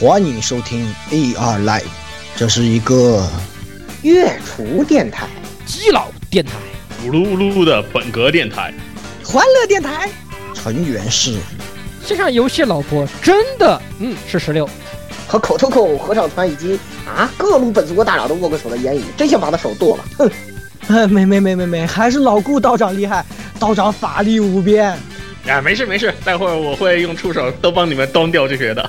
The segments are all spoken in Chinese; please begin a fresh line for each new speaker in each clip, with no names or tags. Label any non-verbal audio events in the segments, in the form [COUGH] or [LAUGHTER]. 欢迎收听 AR Live，这是一个
月厨电台、
基佬电台、
咕噜咕噜的本格电台、
欢乐电台、
成员式
线上游戏老婆，真的，嗯，是十六。
和口头口合唱团以及啊各路本族国大佬都握过手的言语，真想把他手剁了。哼，
哎， [LAUGHS] 没没没没没，还是老顾道长厉害，道长法力无
[LAUGHS]
边。
啊，没事没事，待会儿我会用触手都帮你们端掉这些的。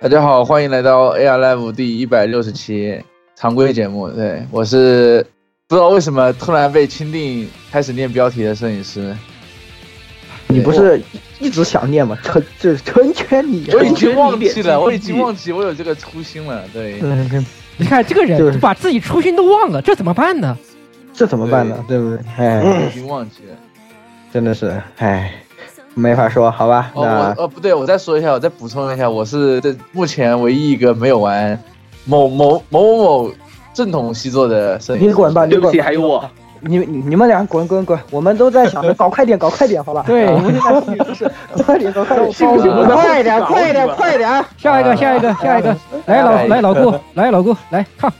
大家好，欢迎来到 AR Live 第一百六十期常规节目。对我是不知道为什么突然被钦定开始念标题的摄影师，
你不是一直想
[LAUGHS]
念吗？成这成全你。
我已经忘记了，我已经忘记我有这个初心了。对，
嗯，
你看这个
就
人
是
把自己初心都忘了，这怎么办呢？
这怎么办呢？对不对？哎，
我已经忘记了。
真的是，哎，没法说，好吧？
哦，我哦不对，我再说一下，我再补充一下，我是这目前唯一一个没有玩某某某某某正统习作的摄
那
影
你
师。
滚吧，你
对不
滚
起，，还有我。
你你你们俩滚滚滚！我们都在想着搞快点，搞快点，好吧？
对
我们现在就是快点，搞快点，
是不
啊
是我在后
快
面
点，
搞
快点
你，们
快点！
下一个，下一个，下一个，来老来老顾，来老顾，来看，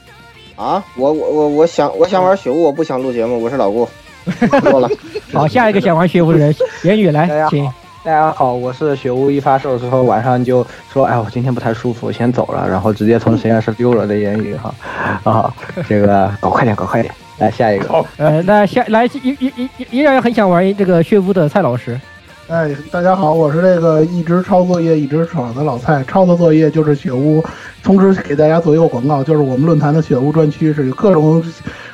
啊，我我我我想我想玩雪雾，我不想录节目，我是老顾，够了。
好，下一个想玩学无的人，言语
大家
来，
好
请。
大家好，我是雪屋一发售之后，晚上就说，哎，我今天不太舒服，我先走了，然后直接从实验室溜了的言语哈，啊，这个搞快点，搞快点，来下一个，
呃，那下来一一一一依然很想玩这个血污的蔡老师，
哎，大家好，我是这个一直抄作业一直爽的老蔡。抄的作业就是雪屋，同时给大家做一个广告，就是我们论坛的雪屋专区是有各种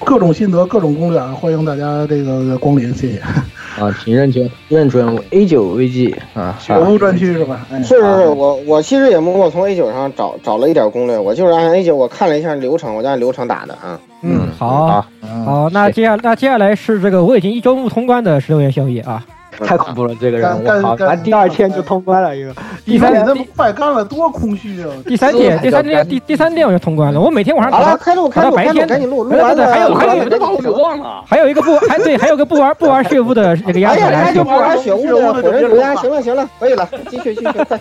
各种心得、各种攻略，啊，欢迎大家这个光临，谢谢。
啊，请认真认准 A 九 VG 啊，
雪屋专区是吧？哎，
是是是，我我其实也默默从 A 九上找找了一点攻略，我就是按 A 九，我看了一下流程，我就按流程打的啊。
嗯，好，
嗯
好，那接下那接下来是这个我已经一周目通关的十六元宵夜啊，
太恐怖了，这个人，
干
我
干
好，
干
完第二天就通关了一个，
第
你看
三
你这么
第
快干了，多空虚啊！
第三
这
天
个
第三
比较
天第第三天我就通关了，我每天晚上
好
打到
了，开录开录开录，赶紧录，录
对对
完
对，
了
还有
我
还
靠，你
有
们都把我给忘了。
还有一
[LAUGHS]
个不还对，还有个不玩不玩血污的那个丫
哎
头
呀，人家
来雪
就
屋，
不玩雪屋的火人毒鸦，行了行了，可以了，继续继续，快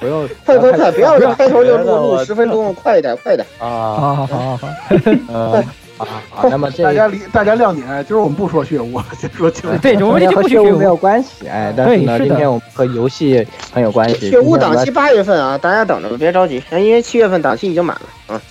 不用
快快快，不要开头就录录十分钟，快一点快一点。
啊，
好好好好好，
呃，好，那么这
大家理大家谅解，今儿我们不说雪屋，先说清楚。
对，我们已经
和
不许
雪屋没
血污，
有关系，哎，但是呢，今天我们和游戏很有关系，
雪屋档期八月份啊，大家等着，别着急，因为七月份档期已经满了啊。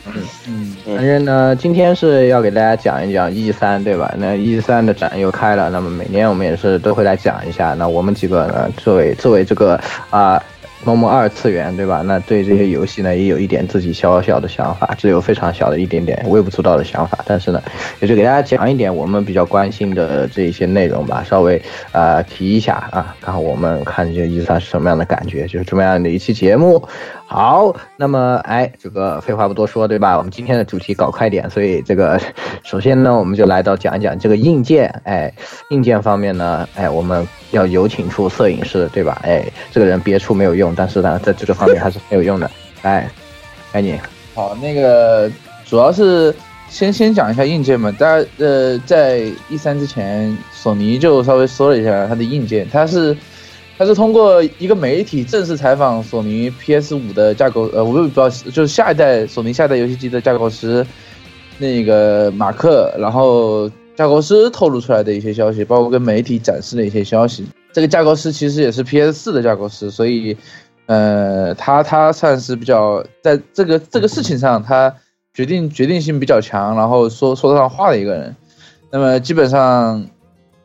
嗯，反正呢，今天是要给大家讲一讲 E 三，对吧？那 E 三的展又开了，那么每年我们也是都会来讲一下。那我们几个呢，作为作为这个啊。某某二次元，对吧？那对这些游戏呢，也有一点自己小小的想法，只有非常小的一点点微不足道的想法。但是呢，也就给大家讲一点我们比较关心的这一些内容吧，稍微呃提一下啊，然后我们看这 E 三是什么样的感觉，就是这么样的一期节目。好，那么哎，这个废话不多说，对吧？我们今天的主题搞快点，所以这个首先呢，我们就来到讲一讲这个硬件，哎，硬件方面呢，哎，我们要有请出摄影师，对吧？哎，这个人别处没有用，但是呢，在这个方面还是很有用的。哎，该你，
好，那个主要是先先讲一下硬件嘛，大家呃，在 E 三之前，索尼就稍微说了一下它的硬件，它是它是通过一个媒体正式采访索尼 PS 五的架构，呃，我也不知道，就是下一代索尼下一代游戏机的架构师那个马克，然后架构师透露出来的一些消息，包括跟媒体展示的一些消息。这个架构师其实也是 PS 四的架构师，所以呃，他他算是比较在这个这个事情上，他决定决定性比较强，然后说说得上话的一个人。那么基本上，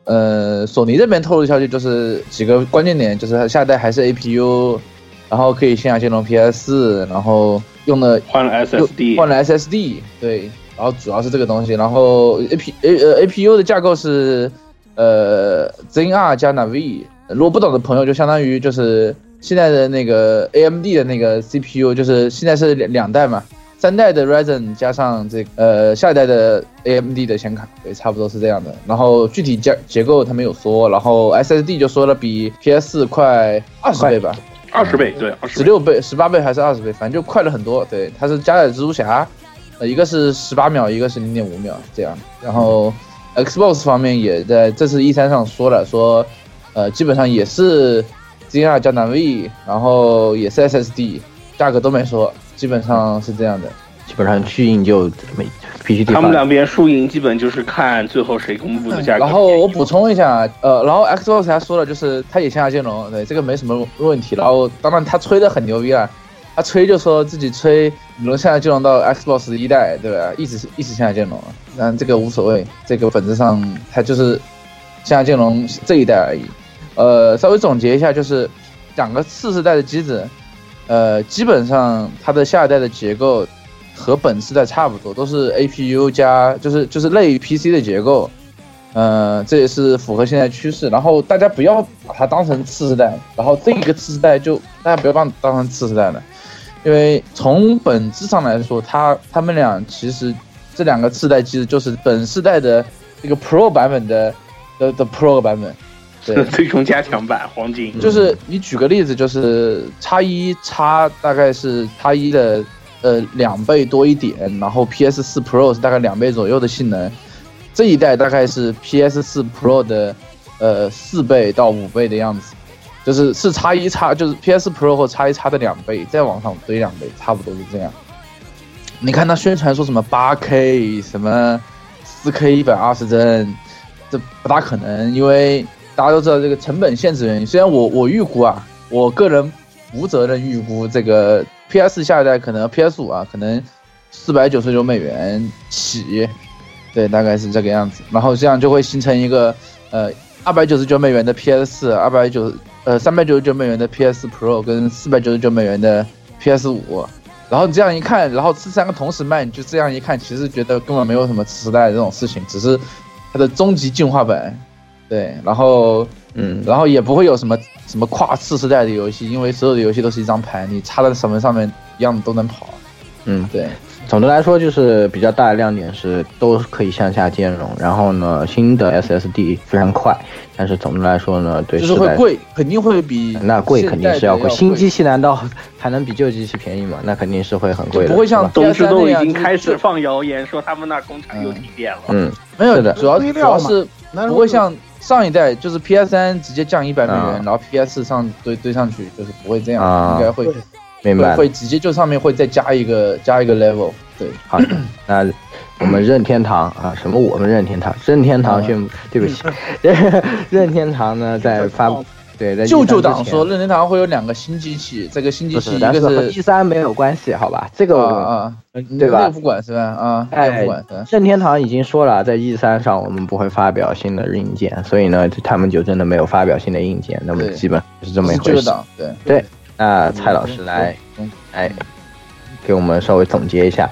呃，索尼这边透露消息就是几个关键点，就是它下一代还是 APU，然后可以线下兼容 PS 四，然后用的
换了 SSD，
换了 SSD，对，然后主要是这个东西，然后 A P A 呃 A P U 的架构是呃 Zen R 加 Navi，如果不懂的朋友就相当于就是现在的那个 A M D 的那个 C P U，就是现在是两两代嘛，三代的 Ryzen 加上这呃下一代的 A M D 的显卡，对，差不多是这样的。然后具体结结构他没有说，然后 S S D 就说了比 P S 四快二十倍吧，
二十倍，对，二十
十
倍，
六倍、十八倍还是二十倍，反正就快了很多。对，它是加载蜘蛛侠，呃，一个是十八秒，一个是零点五秒这样。然后 Xbox 方面也在这次 E 3上说了，说呃基本上也是 GR 加 Navi，然后也是 SSD，价格都没说，基本上是这样的。
基本上去硬就没必须得
他
发
们两边输赢基本就是看最后谁公布的价格。，
嗯然后我补充一下，呃，然后 Xbox 他说了，就是他也向下兼容，对这个没什么问题。然后当然他吹的很牛逼啊，他吹就说自己吹能向下兼容到 Xbox 一代，对吧？一直一直向下兼容，但这个无所谓，这个本质上它就是向下兼容这一代而已。呃，稍微总结一下，就是两个次世代的机子，呃，基本上它的下一代的结构和本世代差不多，都是 APU 加就是就是类于 PC 的结构，呃，这也是符合现在趋势。然后大家不要把它当成次世代，然后这个次世代就大家不要当当成次世代了，因为从本质上来说，它它们俩其实这两个次代机子就是本世代的这个 Pro 版本的的的 Pro 版本，对
最终加强版黄金，
就是你举个例子，就是叉一叉大概是叉一的呃两倍多一点，然后 PS 四 Pro 是大概两倍左右的性能，这一代大概是 PS 四 Pro 的呃四倍到五倍的样子，就是是叉一叉就是 PS Pro 或叉一叉的两倍，再往上堆两倍，差不多是这样。你看他宣传说什么八 K 什么四 K 一百二十帧，这不大可能，因为大家都知道这个成本限制原因。虽然我我预估啊，我个人无责任预估这个 PS 下一代可能 PS 五啊，可能四百九十九美元起，对，大概是这个样子。然后这样就会形成一个呃二百九十九美元的 PS 四，二百九呃三百九十九美元的 PS Pro 跟四百九十九美元的 PS 五。然后你这样一看，然后这三个同时卖，你就这样一看，其实觉得根本没有什么次时代这种事情，只是它的终极进化版，对，然后
嗯，
然后也不会有什么什么跨次世代的游戏，因为所有的游戏都是一张盘，你插在什么上面一样都能跑，
嗯，
对，
总的来说就是比较大的亮点是都可以向下兼容，然后呢，新的 SSD 非常快，但是总的来说呢，对
就是
世
会
代
贵，肯定会比
那贵肯定是
要
贵，新机器难道 [LAUGHS] 还能比旧机器便宜吗？那肯定是会很贵
就
的，
不会像
是吧
东芝
PS3
都
那
已
样
经
就是
开始放谣言说他们那工厂又停电了。
嗯，
没有
是的
主要
堆
主
料
要
嘛
是
那
不会像上一代就是 PS 三直接降一百美元，
啊
然后 PS 四上堆堆上去，就是不会这样，
啊
应该会
对
明白
会
了。
会直接就上面会再加一个加一个 level，对，
好的，那我们任天堂啊，什么我们任天堂，任天堂
啊
宣布，对不起，任天堂呢
[LAUGHS]
在发布，对，在
舅舅
13之
党
前
说任天堂会有两个新机器，这个新机
不
器
是，
一
但
个
是和
是
G 三没有关系，好吧？这个
啊
我
啊，
对吧
那个不管是吧？啊，那
哎
个不管是吧？
任天堂已经说了，在 E 3上我们不会发表新的硬件，所以呢，他们就真的没有发表新的硬件。那么
对
基本就是这么一
是舅
回
舅
事。
党对。
那蔡老师来
嗯，
哎，给我们稍微总结一下。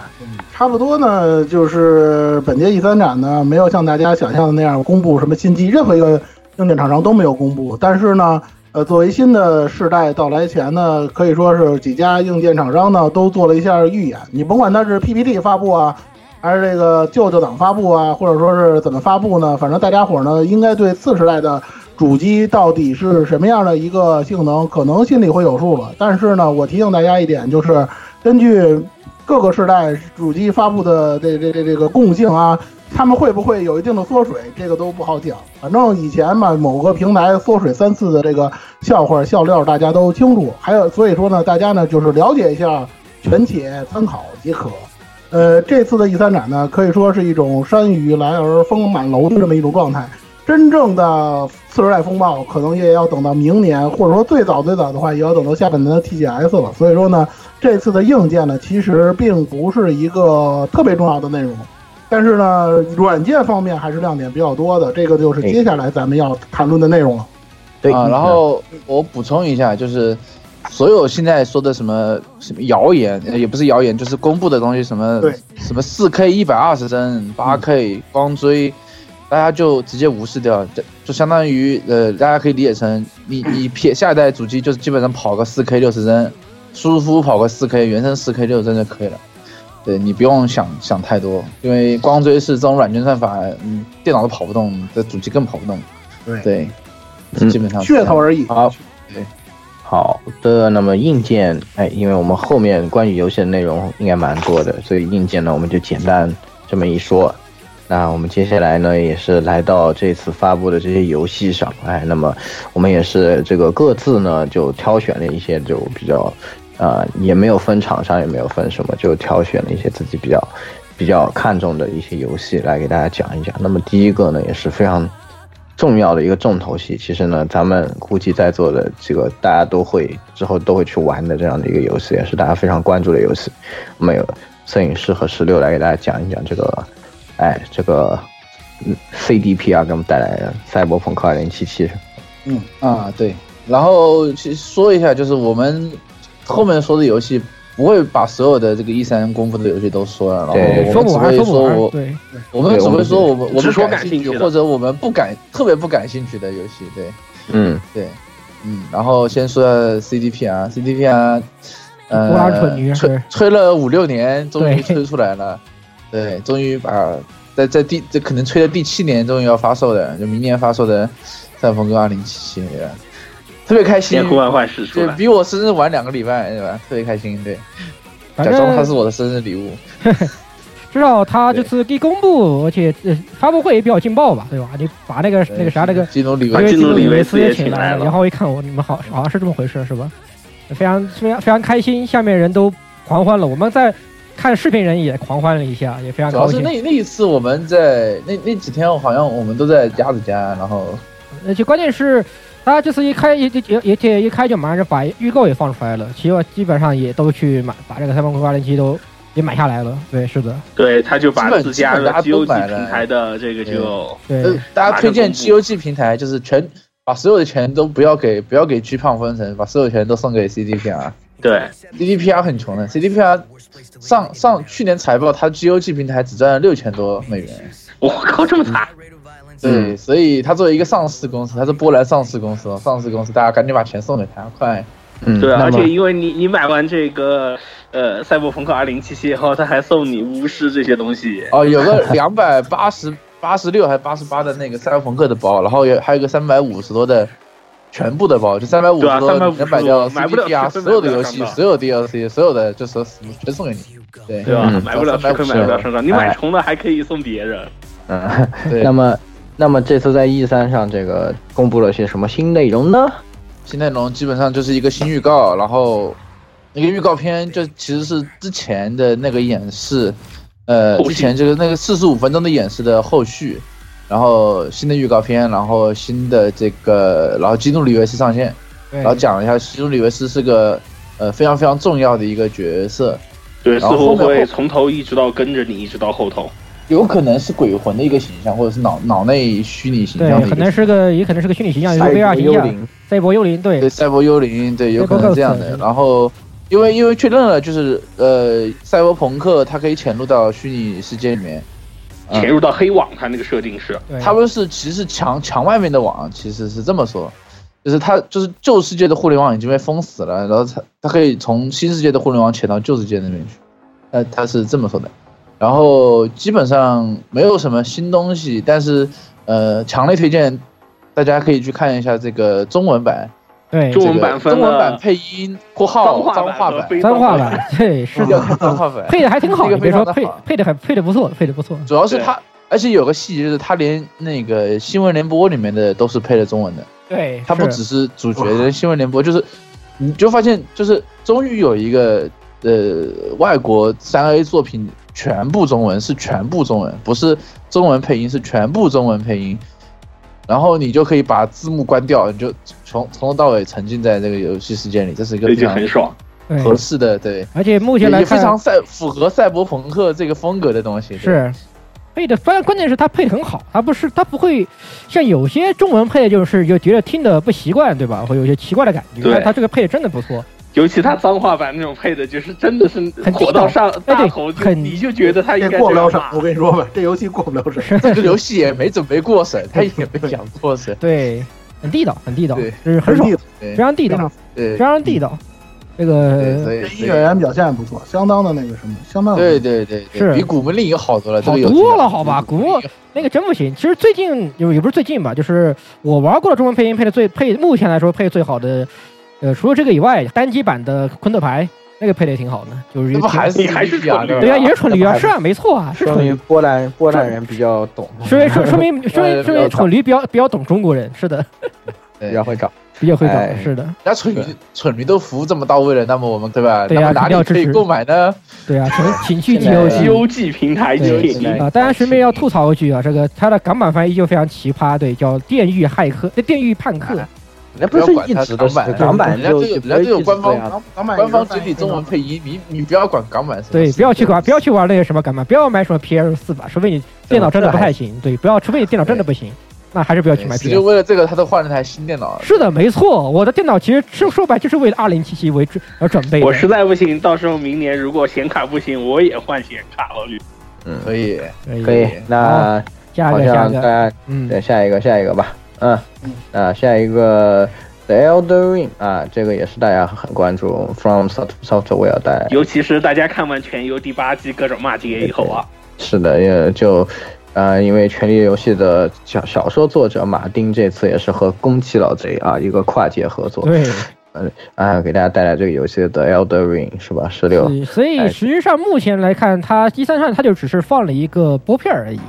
差不多呢，就是本届 E 三展呢，没有像大家想象的那样公布什么新机，任何一个嗯硬件厂商都没有呃公布。但是呢，呃，作为新的世代到来前呢，可以说是几家硬件厂商呢都做了一下预演。你甭管它是 PPT 发布啊，还是这个舅舅党发布啊，或者说是怎么发布呢？反正大家伙呢，应该对次世代的主机到底是什么样的一个性能，可能心里会有数了。但是呢，我提醒大家一点，就是根据各个世代主机发布的这这这这个共性啊，他们会不会有一定的缩水，这个都不好讲。反正以前嘛，某个平台缩水三次的这个笑话笑料，大家都清楚。还有，所以说呢，大家呢就是了解一下，权且参考即可。呃，这次的 E 三展呢，可以说是一种山雨来而风满楼的这么一种状态。真正的次时代风暴可能也要等到明年，或者说最早最早的话，也要等到下半年的 TGS 了。所以说呢，这次的硬件呢，其实并不是一个特别重要的内容，但是呢，软件方面还是亮点比较多的，这个就是接下来咱们要谈论的内容了。
对，
啊，然后我补充一下，就是所有现在说的什么什么谣言，呃也不是谣言，就是公布的东西，什么
对
什么四 K 一百二十帧、八 K 光追，大家就直接无视掉，这就相当于呃，大家可以理解成你你撇下一代主机就是基本上跑个四 K 六十帧，舒舒服服跑个四 K 原生四 K 六十帧就可以了。对你不用想想太多，因为光追是这种软件算法，嗯，电脑都跑不动，这主机更跑不动。
对
对，
嗯
基本上是这
噱
样
头而已。
好，
好的，那么硬件，哎，因为我们后面关于游戏的内容应该蛮多的，所以硬件呢我们就简单这么一说。那我们接下来呢也是来到这次发布的这些游戏上，哎，那么我们也是这个各自呢就挑选了一些就比较，呃，也没有分厂商，也没有分什么，就挑选了一些自己比较比较看重的一些游戏来给大家讲一讲。那么第一个呢也是非常重要的一个重头戏。其实呢，咱们估计在座的这个大家都会之后都会去玩的这样的一个游戏，也是大家非常关注的游戏。我们有摄影师和十六来给大家讲一讲这个，哎，这个嗯 CDP 啊，给我们带来的《赛博朋克2077》。
啊，对。然后其实说一下，就是我们后面说的游戏不会把所有的这个一三公布的游戏都说了，
对
然后
说不
我
完，
们
说
只会说
不
我
完，对，
我们只会说我们我
只
们
说
感
感兴趣的
或者我们不感特别不感兴趣的游戏，对。
嗯，
对，嗯，然后先说 CDP 啊，CDP 啊，呃，
波拉蠢驴
吹
是
吹了五六年，终于
对
吹出来了，对，终于把在在第这可能吹到第七年，终于要发售的，就明年发售的《赛博朋克二零七七》，对吧特别开心
千，呼万唤始出
对
来，
比我生日晚两个礼拜，对吧？特别开心，对，
反
假装它是
正
我的生日礼物，
知道他这次一公布，而且呃发布会也比较劲爆吧，对吧？你把那个那个啥那个
基努里
把
因为
维
基努里
维
维
斯
斯
也
也
请
请来
了，
了
然后一看我你们好好像是这么回事是吧？非常非常非常开心，下面人都狂欢了，我们在看视频人也狂欢了一下，也非常
主
高
要是
兴。
那那一次我们在那那几天好像我们都在鸭子家，然后
而且呃关键是，他这次一开也也也也一开就马上把预购也放出来了，其实基本上也都去买把这个《三方块二零七》都也买下来了。对，是的，
对，他就把
基本
自家
基本大
的
家都
GOG
买了
平台的这个就
对，
呃大家推荐
马上
GOG 平台，就是全把所有的钱都不要给不要给巨胖分成，把所有钱都送给 CDPR。
对
CDPR 很穷的，CDPR 上上去年财报，它 GOG 平台只赚了六千多美元。
我靠，这么惨！
对，
嗯
所以它作为一个上市公司，它是波兰上市公司，哦，上市公司大家赶紧把钱送给他，快！
嗯，
对，啊
那
而
么
且因为你你买完这个呃《赛博朋克2077》以后，他还送你巫师这些东西，
哦，
[LAUGHS]
有个两百八十八十六还八十八的那个赛博朋克的包，然后有还有一个三百五十多的。全部的包就三百五十
对啊
多，你能买掉
350买不了
CDPR
十分
所有的游
买不
戏、
了
所有 DLC、所有的就说全送给你，对
对吧？
嗯
买不了吃亏，买不了上当。你买重了还可以送别人，
嗯，
对
那么那么这次在 E 三上这个公布了些什么新内容呢？
新内容基本上就是一个新预告，然后那个预告片就其实是之前的那个演示，呃，
后续
之前就是那个四十五分钟的演示的后续，然后新的预告片，然后新的这个，然后基努里维斯上线，
对
然后讲了一下基努里维斯是个呃非常非常重要的一个角色，
对，似
然后
乎
后面后
会从头一直到跟着你，一直到后头。
有可能是鬼魂的一个形象，或者是脑脑内虚拟形
对
象的，一
可
个
能是个也可能是个虚拟形象，一个 VR 形象，，赛博幽灵，对
对，赛博幽灵，对，有可能是这样
赛博
的。
幽灵
然后，因为因为确认了，就是呃，赛博朋克它可以潜入到虚拟世界里面，嗯
潜入到黑网，它那个设定是，
对，
他们是其实是墙墙外面的网，其实是这么说，就是它就是旧世界的互联网已经被封死了，然后它它可以从新世界的互联网潜到旧世界那边去，呃，他是这么说的。然后基本上没有什么新东西，但是呃，强烈推荐大家可以去看一下这个中文版，
对
中文版分了
中文版配音（括号
脏话
哦脏话
和
版
非
脏话
[LAUGHS]
版，对，），是
要
的，
看脏话版。
配的还挺好，
这个
你别说配
非常的好
配的还配的不错，配的不错，
主要是他，而且有个细节就是他连那个新闻联播里面的都是配了中文的，
对，
他不
是
只是主角的新闻联播，就是你就发现就是终于有一个呃外国三 A 作品全部中文，是全部中文，不是中文配音，是全部中文配音。然后你就可以把字幕关掉，你就从从头到尾沉浸在这个游戏世界里，这是一个
这
非
就
常
很爽。
对，
合适的对
而且目前
也
来
也非
看
常赛符合赛博朋克这个风格的东西。对，
是。配的，关关键是他配的很好，他不是他不会像有些中文配的，就是就觉得听的不习惯，对吧？会有一些奇怪的感觉。
对
但他这个配的真的不错，
尤其他脏话版那种配的，就是真的是
很
火到上
哎
大
对
头，就
很
你就觉得他应
这
该
过不
这样
了审，
骂
我跟你说吧，这 [LAUGHS] 游戏过不了审。
这个游戏也没准备过审，他也没讲过审，
[LAUGHS] 对，很地道，很地道，
对
就是很爽，
对
非常地
非
道
常，
对
非常地道。这
嗯对，
个
所
这
以
一演员表现不错，相当的那个什么，相当
对对对
嗯是
对，比古墓丽影好多了，这
好
个有嗯
多了，好吧？国那个真不行。其实最近有也不是最近吧，就是我玩过的中文配音配的最配，目前来说配最好的，呃，除了这个以外，单机版的昆特牌那个配的也挺好的，就是
那不还是
你还是蠢
假
驴
的？
对啊，也是蠢驴啊，
那不还
是啊，没错啊，是
说
蠢驴
明。波兰波兰人比较
[LAUGHS]
懂，
说明说说明说明说
比较
明蠢驴比较比较懂中国人，是的，
对
比较会搞。
比较会搞，
哎
是的，
那蠢驴蠢驴都服务这么到位了，那么我们对吧？
对
那
呀
么哪
肯定要
里
支
可以
持
购买呢？
对啊，情情绪
现在
GOG
对
GOG 平台
对
铁
现在
定
啊，当然顺便要吐槽一句啊，这个它的港版翻译就非常奇葩，对，叫《电狱骇客》，那《电狱判客》
那
不
不
要
是
管
一
它
直都是
港版
港版
人家
就
都有，人家都有官方
啊，
港版
官方整理中文配音，你你不要管港版什么。
对，不要去玩，不要去玩那个什么港版，不要买什么 PS 四吧，除非你电脑真的不太行，对，不要，除非你电脑真的不行，那还是不要去买
对就
PS。
为了这个，他都换了台新电脑。
是的，没错，我的电脑其实说说白就是为了二零七七为准而准备的。
我实在不行，到时候明年如果显卡不行，我也换显卡了。
嗯，
可以，
可以。那
下哎一
好
个下
像
一
大
个，
家
嗯，
对，下一个，下一个吧。嗯，啊，下一个《The Elder Ring》啊，这个也是大家很关注，From Soft- Software 带来的
尤其是大家看完《全游》第八季各种骂街以后啊，
是的，也就，呃，因为《权力游戏》的小小说作者马丁这次也是和宫崎老贼啊一个跨界合作，
对，
啊，给大家带来这个游戏的《The Elder Ring》是吧？十六，
对所以
哎
实际上目前来看，它一三上它就只是放了一个拨片而已。
嗯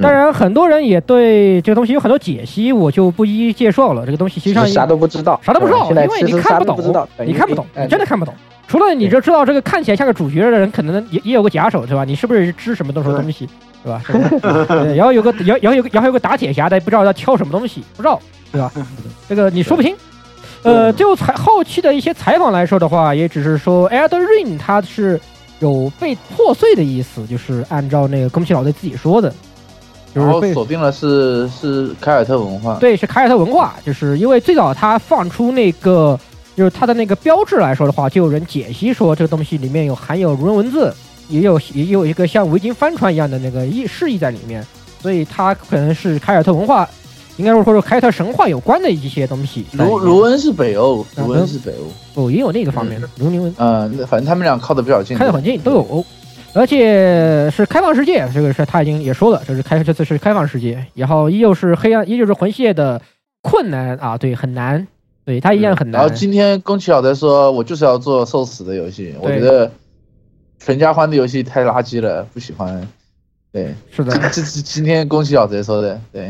当然，很多人也对这个东西有很多解析，我就不一一介绍了。这个东西
其
实际上
实啥都不知道，
啥都不知道，
现
因
在
为
其
你
实
看
啥
不
都不知道
懂，，你看不懂，
哎
你真的看不懂。除了你就知道这个看起来像个主角的人，可能也也有个假手，对吧？你是不是知什么东西东西，对吧？是吧 [LAUGHS] 对然后有个，然后然后有个，然后有个打铁侠的，不知道要敲什么东西，不知道，对
嗯
吧？这个你说不清。呃，就采后期的一些采访来说的话，也只是说 Elder Ring 它是有被破碎的意思，就是按照那个宫崎老贼自己说的，就
然
是
后
被
锁定了是是凯尔特文化。
对，是凯尔特文化，就是因为最早他放出那个，就是它的那个标志来说的话，就有人解析说这个东西里面有含有人文字，也有也有一个像维京帆船一样的那个意示意在里面，所以它可能是凯尔特文化，应该说或者说凯尔特神话有关的一些东西在里面。
卢卢恩是北欧，
嗯
卢恩是北欧。
哦，也有那个方面的卢宁文
啊嗯，那反正他们俩靠的比较近。
开的很近，都有。而且是开放世界，这个是他已经也说了，这是开这次是开放世界，然后依旧是黑暗，依旧是魂系列的困难啊，对，很难，对，它一样很难。
然后今天宫崎老在说，我就是要做受死的游戏，我觉得全家欢的游戏太垃圾了，不喜欢。 [LAUGHS] 对，
是的，
这是今天宫崎老贼说的，对，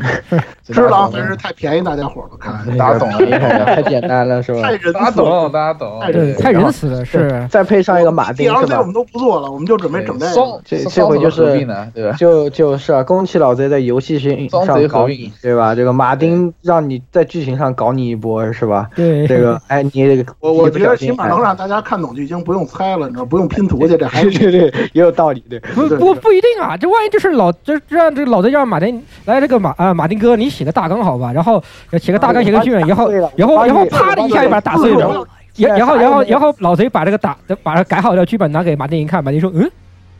只狼真
真
是太便宜大家伙了，看
嗯
来
大家懂了，
太简单了是吧
太？仁
大家
慈
懂
了
了，。大家懂了，
对，
对，
太仁慈了，是
再配上一个马丁
二
是
队我
吧
们？都不做了，我们就准备整这个
双。
这
双
这回就是
双手合并了，对吧？
就就是啊，宫崎老贼在游戏性
双
上
贼
搞
合
你
并，
对吧？这个马丁让你在剧情上搞你一波是吧？
对
这个哎，你这个
我我
一不
觉
小
得
心
起码
哎
能让大家看懂剧情，不用猜了，你知道，不用拼图去， [LAUGHS] 这还
[LAUGHS] 对对对，也有道理，对，
不不不一定啊，这万一就是老这这让这个老贼让马丁来这个马啊马丁哥，你写个大纲好吧，然后写个大纲写个剧本，然后然后然后啪的一下就把它打碎了。然然后然后然后老贼把这个打把它改好的剧本拿给马丁一看，马丁说：“嗯，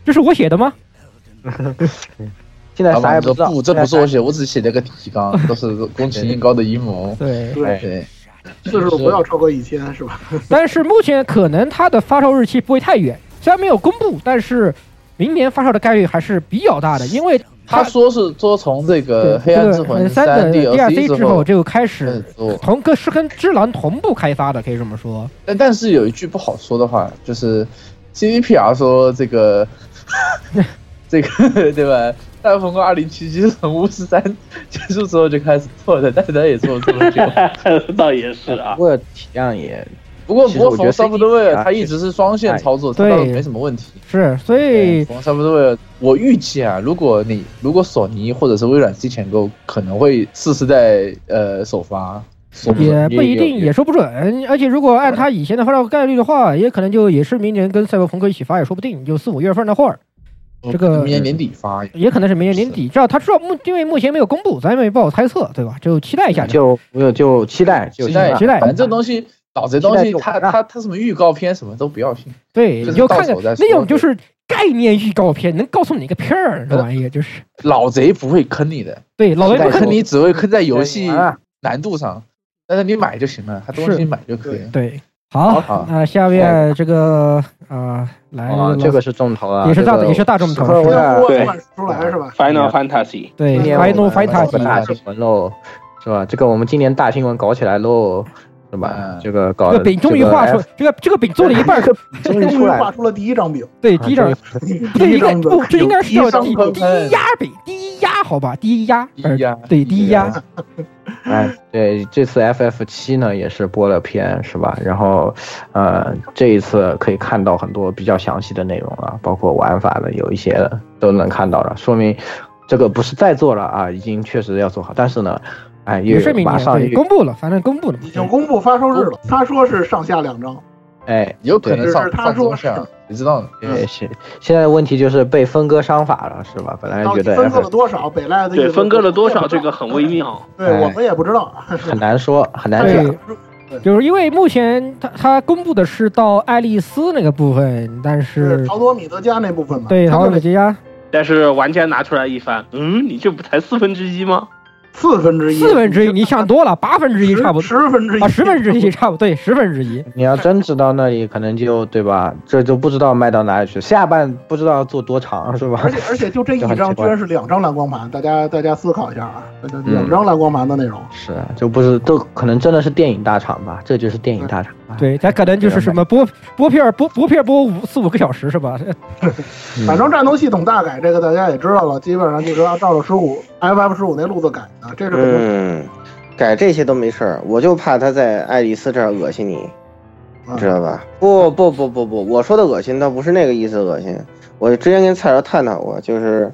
这是我写的吗
现在
老
啥
板
也
说
不知道，
啊不，这不是
说
我写，我只写了个提纲，都是宫崎英高的阴谋？”。
对，
对，
对，
次数不要超过一千，是吧？
但是目前可能它的发售日期不会太远，虽然没有公布，但是明年发售的概率还是比较大的，因为
他说是说从这个《黑暗之魂
呃》三
三
的
DLC
DLC 之后
后
就开
开
始
始做，
同跟是跟只狼同步开发的，可以这么说。
但但是有一句不好说的话，就是 CDPR 说这个
[LAUGHS]
这个对吧？大风哥二零七七从巫师三结束之后就开始做的，但是他也做了
[LAUGHS]
这么久。
[LAUGHS] 倒也是啊
不。过体量也
不过
其
不
实
过，
我觉得
冯萨布多威
CDPR
尔他一直是双线操作，他
哎对
倒没什么问题。
是，所以
冯萨布多威尔，我预计啊，如果你如果索尼或者是微软提前购，可能会次世代呃首发。说不准
也不一定，也说不准。而且如果按他以前的发售概率的话，也可能就也是明年跟赛博朋克一起发也说不定，就四五月份那会儿，这个
明年年底发。
也可能是明年年底。这他知道目，因为目前没有公布，咱们也不好猜测，对吧？就期待一下。
就我有就期待，就
期待
哎期待
反正这东西老这东
期待
西
就
它
完了
它它什么预告片什么都不要信，
对，
就是
你就看看
到手再说
那种就是概念预告片，能告诉你个片儿，这玩意儿就是
老贼不会坑你的，
对老雷
期待
不
对
坑
坑
你，
你只会坑在游戏
完了
难度上，但是你买就行了，它东
是
西买就可以了。
对，好
好，
那下面这个啊来
啊，这个是重头啊，
也是
这
大
个
也是大众头
十块
是
我
吧
俩
我
对
管出来是吧？
[LAUGHS] Final Fantasy，
对
今年
Final
我们
Fight
大新闻喽，是吧？这个我们今年大新闻搞起来喽，是吧
嗯？
这个啊
这
搞
个饼终于画出这个这个饼做了一半儿，
终于
终
出
于
来了
画，出了第一张饼，
[LAUGHS] 对
啊
第一张不对，
第
应
一
该
张
不，这应该是叫
第
第
一张坑
第一压饼，第一压好吧，第一压，
第一压
呃对第一压，
[LAUGHS] 哎，对，这次 FF 七呢也是播了片，是吧？然后，呃，这一次可以看到很多比较详细的内容了，包括玩法的有一些的都能看到了，说明这个不是在做了啊，已经确实要做好。但是呢，哎，又
也是明
马
年
上
对
又
公布了，反正公布了嘛
已，经公布发售日了。他说是上下两张，
哎，
有可
只
能
是
上
他
上
说
中下
是，
你知道的。
对，现现在问题就是被分割商法了，是吧？本来
到
觉
底
得
分割
F
了多少？北赖的意
对，
思
分割了多少？这个很微。妙。
对
哎
我们也不知道啊。
很难说，很难讲。
对，就是因为目前它它公布的是到爱丽丝那个部分，但
是
是
陶多米德加那部分嘛？
对
啊他
好
们
美吉亚
但是玩家拿出来一翻，嗯，你这不才四分之一吗？
四分之一，
四分之一，你想多了，八分之一差不多
十分之一哎
啊，十分之一差 [LAUGHS] 不多，对，十分之一，
你要真知道那里，可能就对吧？这就不知道卖到哪里去，下半不知道要做多长， [LAUGHS] 是吧
而？且而且就这一
这很奇
张居
怪
然是两张蓝光盘，大家大家思考一下啊，大家
嗯
两张蓝光盘的内容。
是，啊就不是，都可能真的是电影大厂吧？这就是电影大厂吧？，
对，它可能就是什么播播片儿播播片儿播五四五个小时是吧？
嗯
反正战斗系统大改，这个大家也知道了，基本上就是按照着十五 FF 十五那路子改的，这是肯定。
嗯，改这些都没事儿，我就怕他在爱丽丝这儿恶心你，
嗯
知道吧？不不不不不，我说的恶心倒不是那个意思恶心，我之前跟蔡老探讨过，就是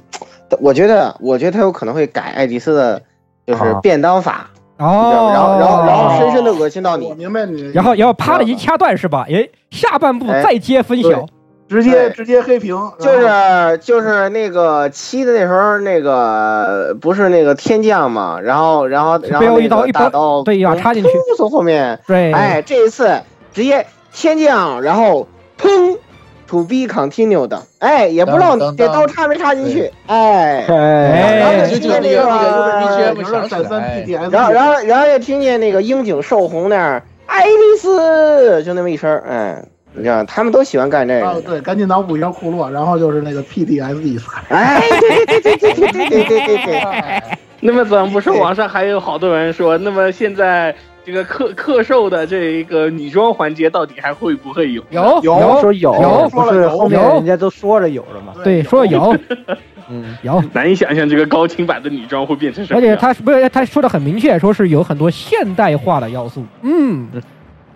我觉得啊我觉得他有可能会改爱丽丝的，就是
啊
便当法，你知道
哦
吗，然后然后然后
是
深深的恶心到
我
你，
明白你，
然后然后啪的
知
一
道吧
掐断是吧？哎，下半部
哎
再接分晓
对，直接
对
直接黑屏，
就是
然后
就是那个七的那时候那个不是那个天降嘛，然后然后然
被我
后
一刀
那个
一刀
大刀
对呀插进去
噗从后面。
对，
哎，这一次直接天降，然后砰，to be continue 的，哎，也不知道
当当
这刀插没插进去，哎，
哎，
哎
然后就就那个那个
对
BGM
就是
响起
闪三
来，
PTS，
然后然后然后又听见那个樱井寿宏那儿，爱丽丝，就那么一声，哎，你知道他们都喜欢干这
啊
个，
对，赶紧脑补一下库洛，然后就是那个 PTSD，
哎，对对对对对对对对对对，
啊
那么怎么不是网上还有好多人说，那么现在这个克克兽的这一个女装环节到底还会不会有？
有
有
有
说有，
有
不是后面人家都说着有了吗？
对，说有
嗯，
有，
难以想象这个高清版的女装会变成什
而
么
且
样。
他不是他说的很明确，说是有很多现代化的要素。嗯，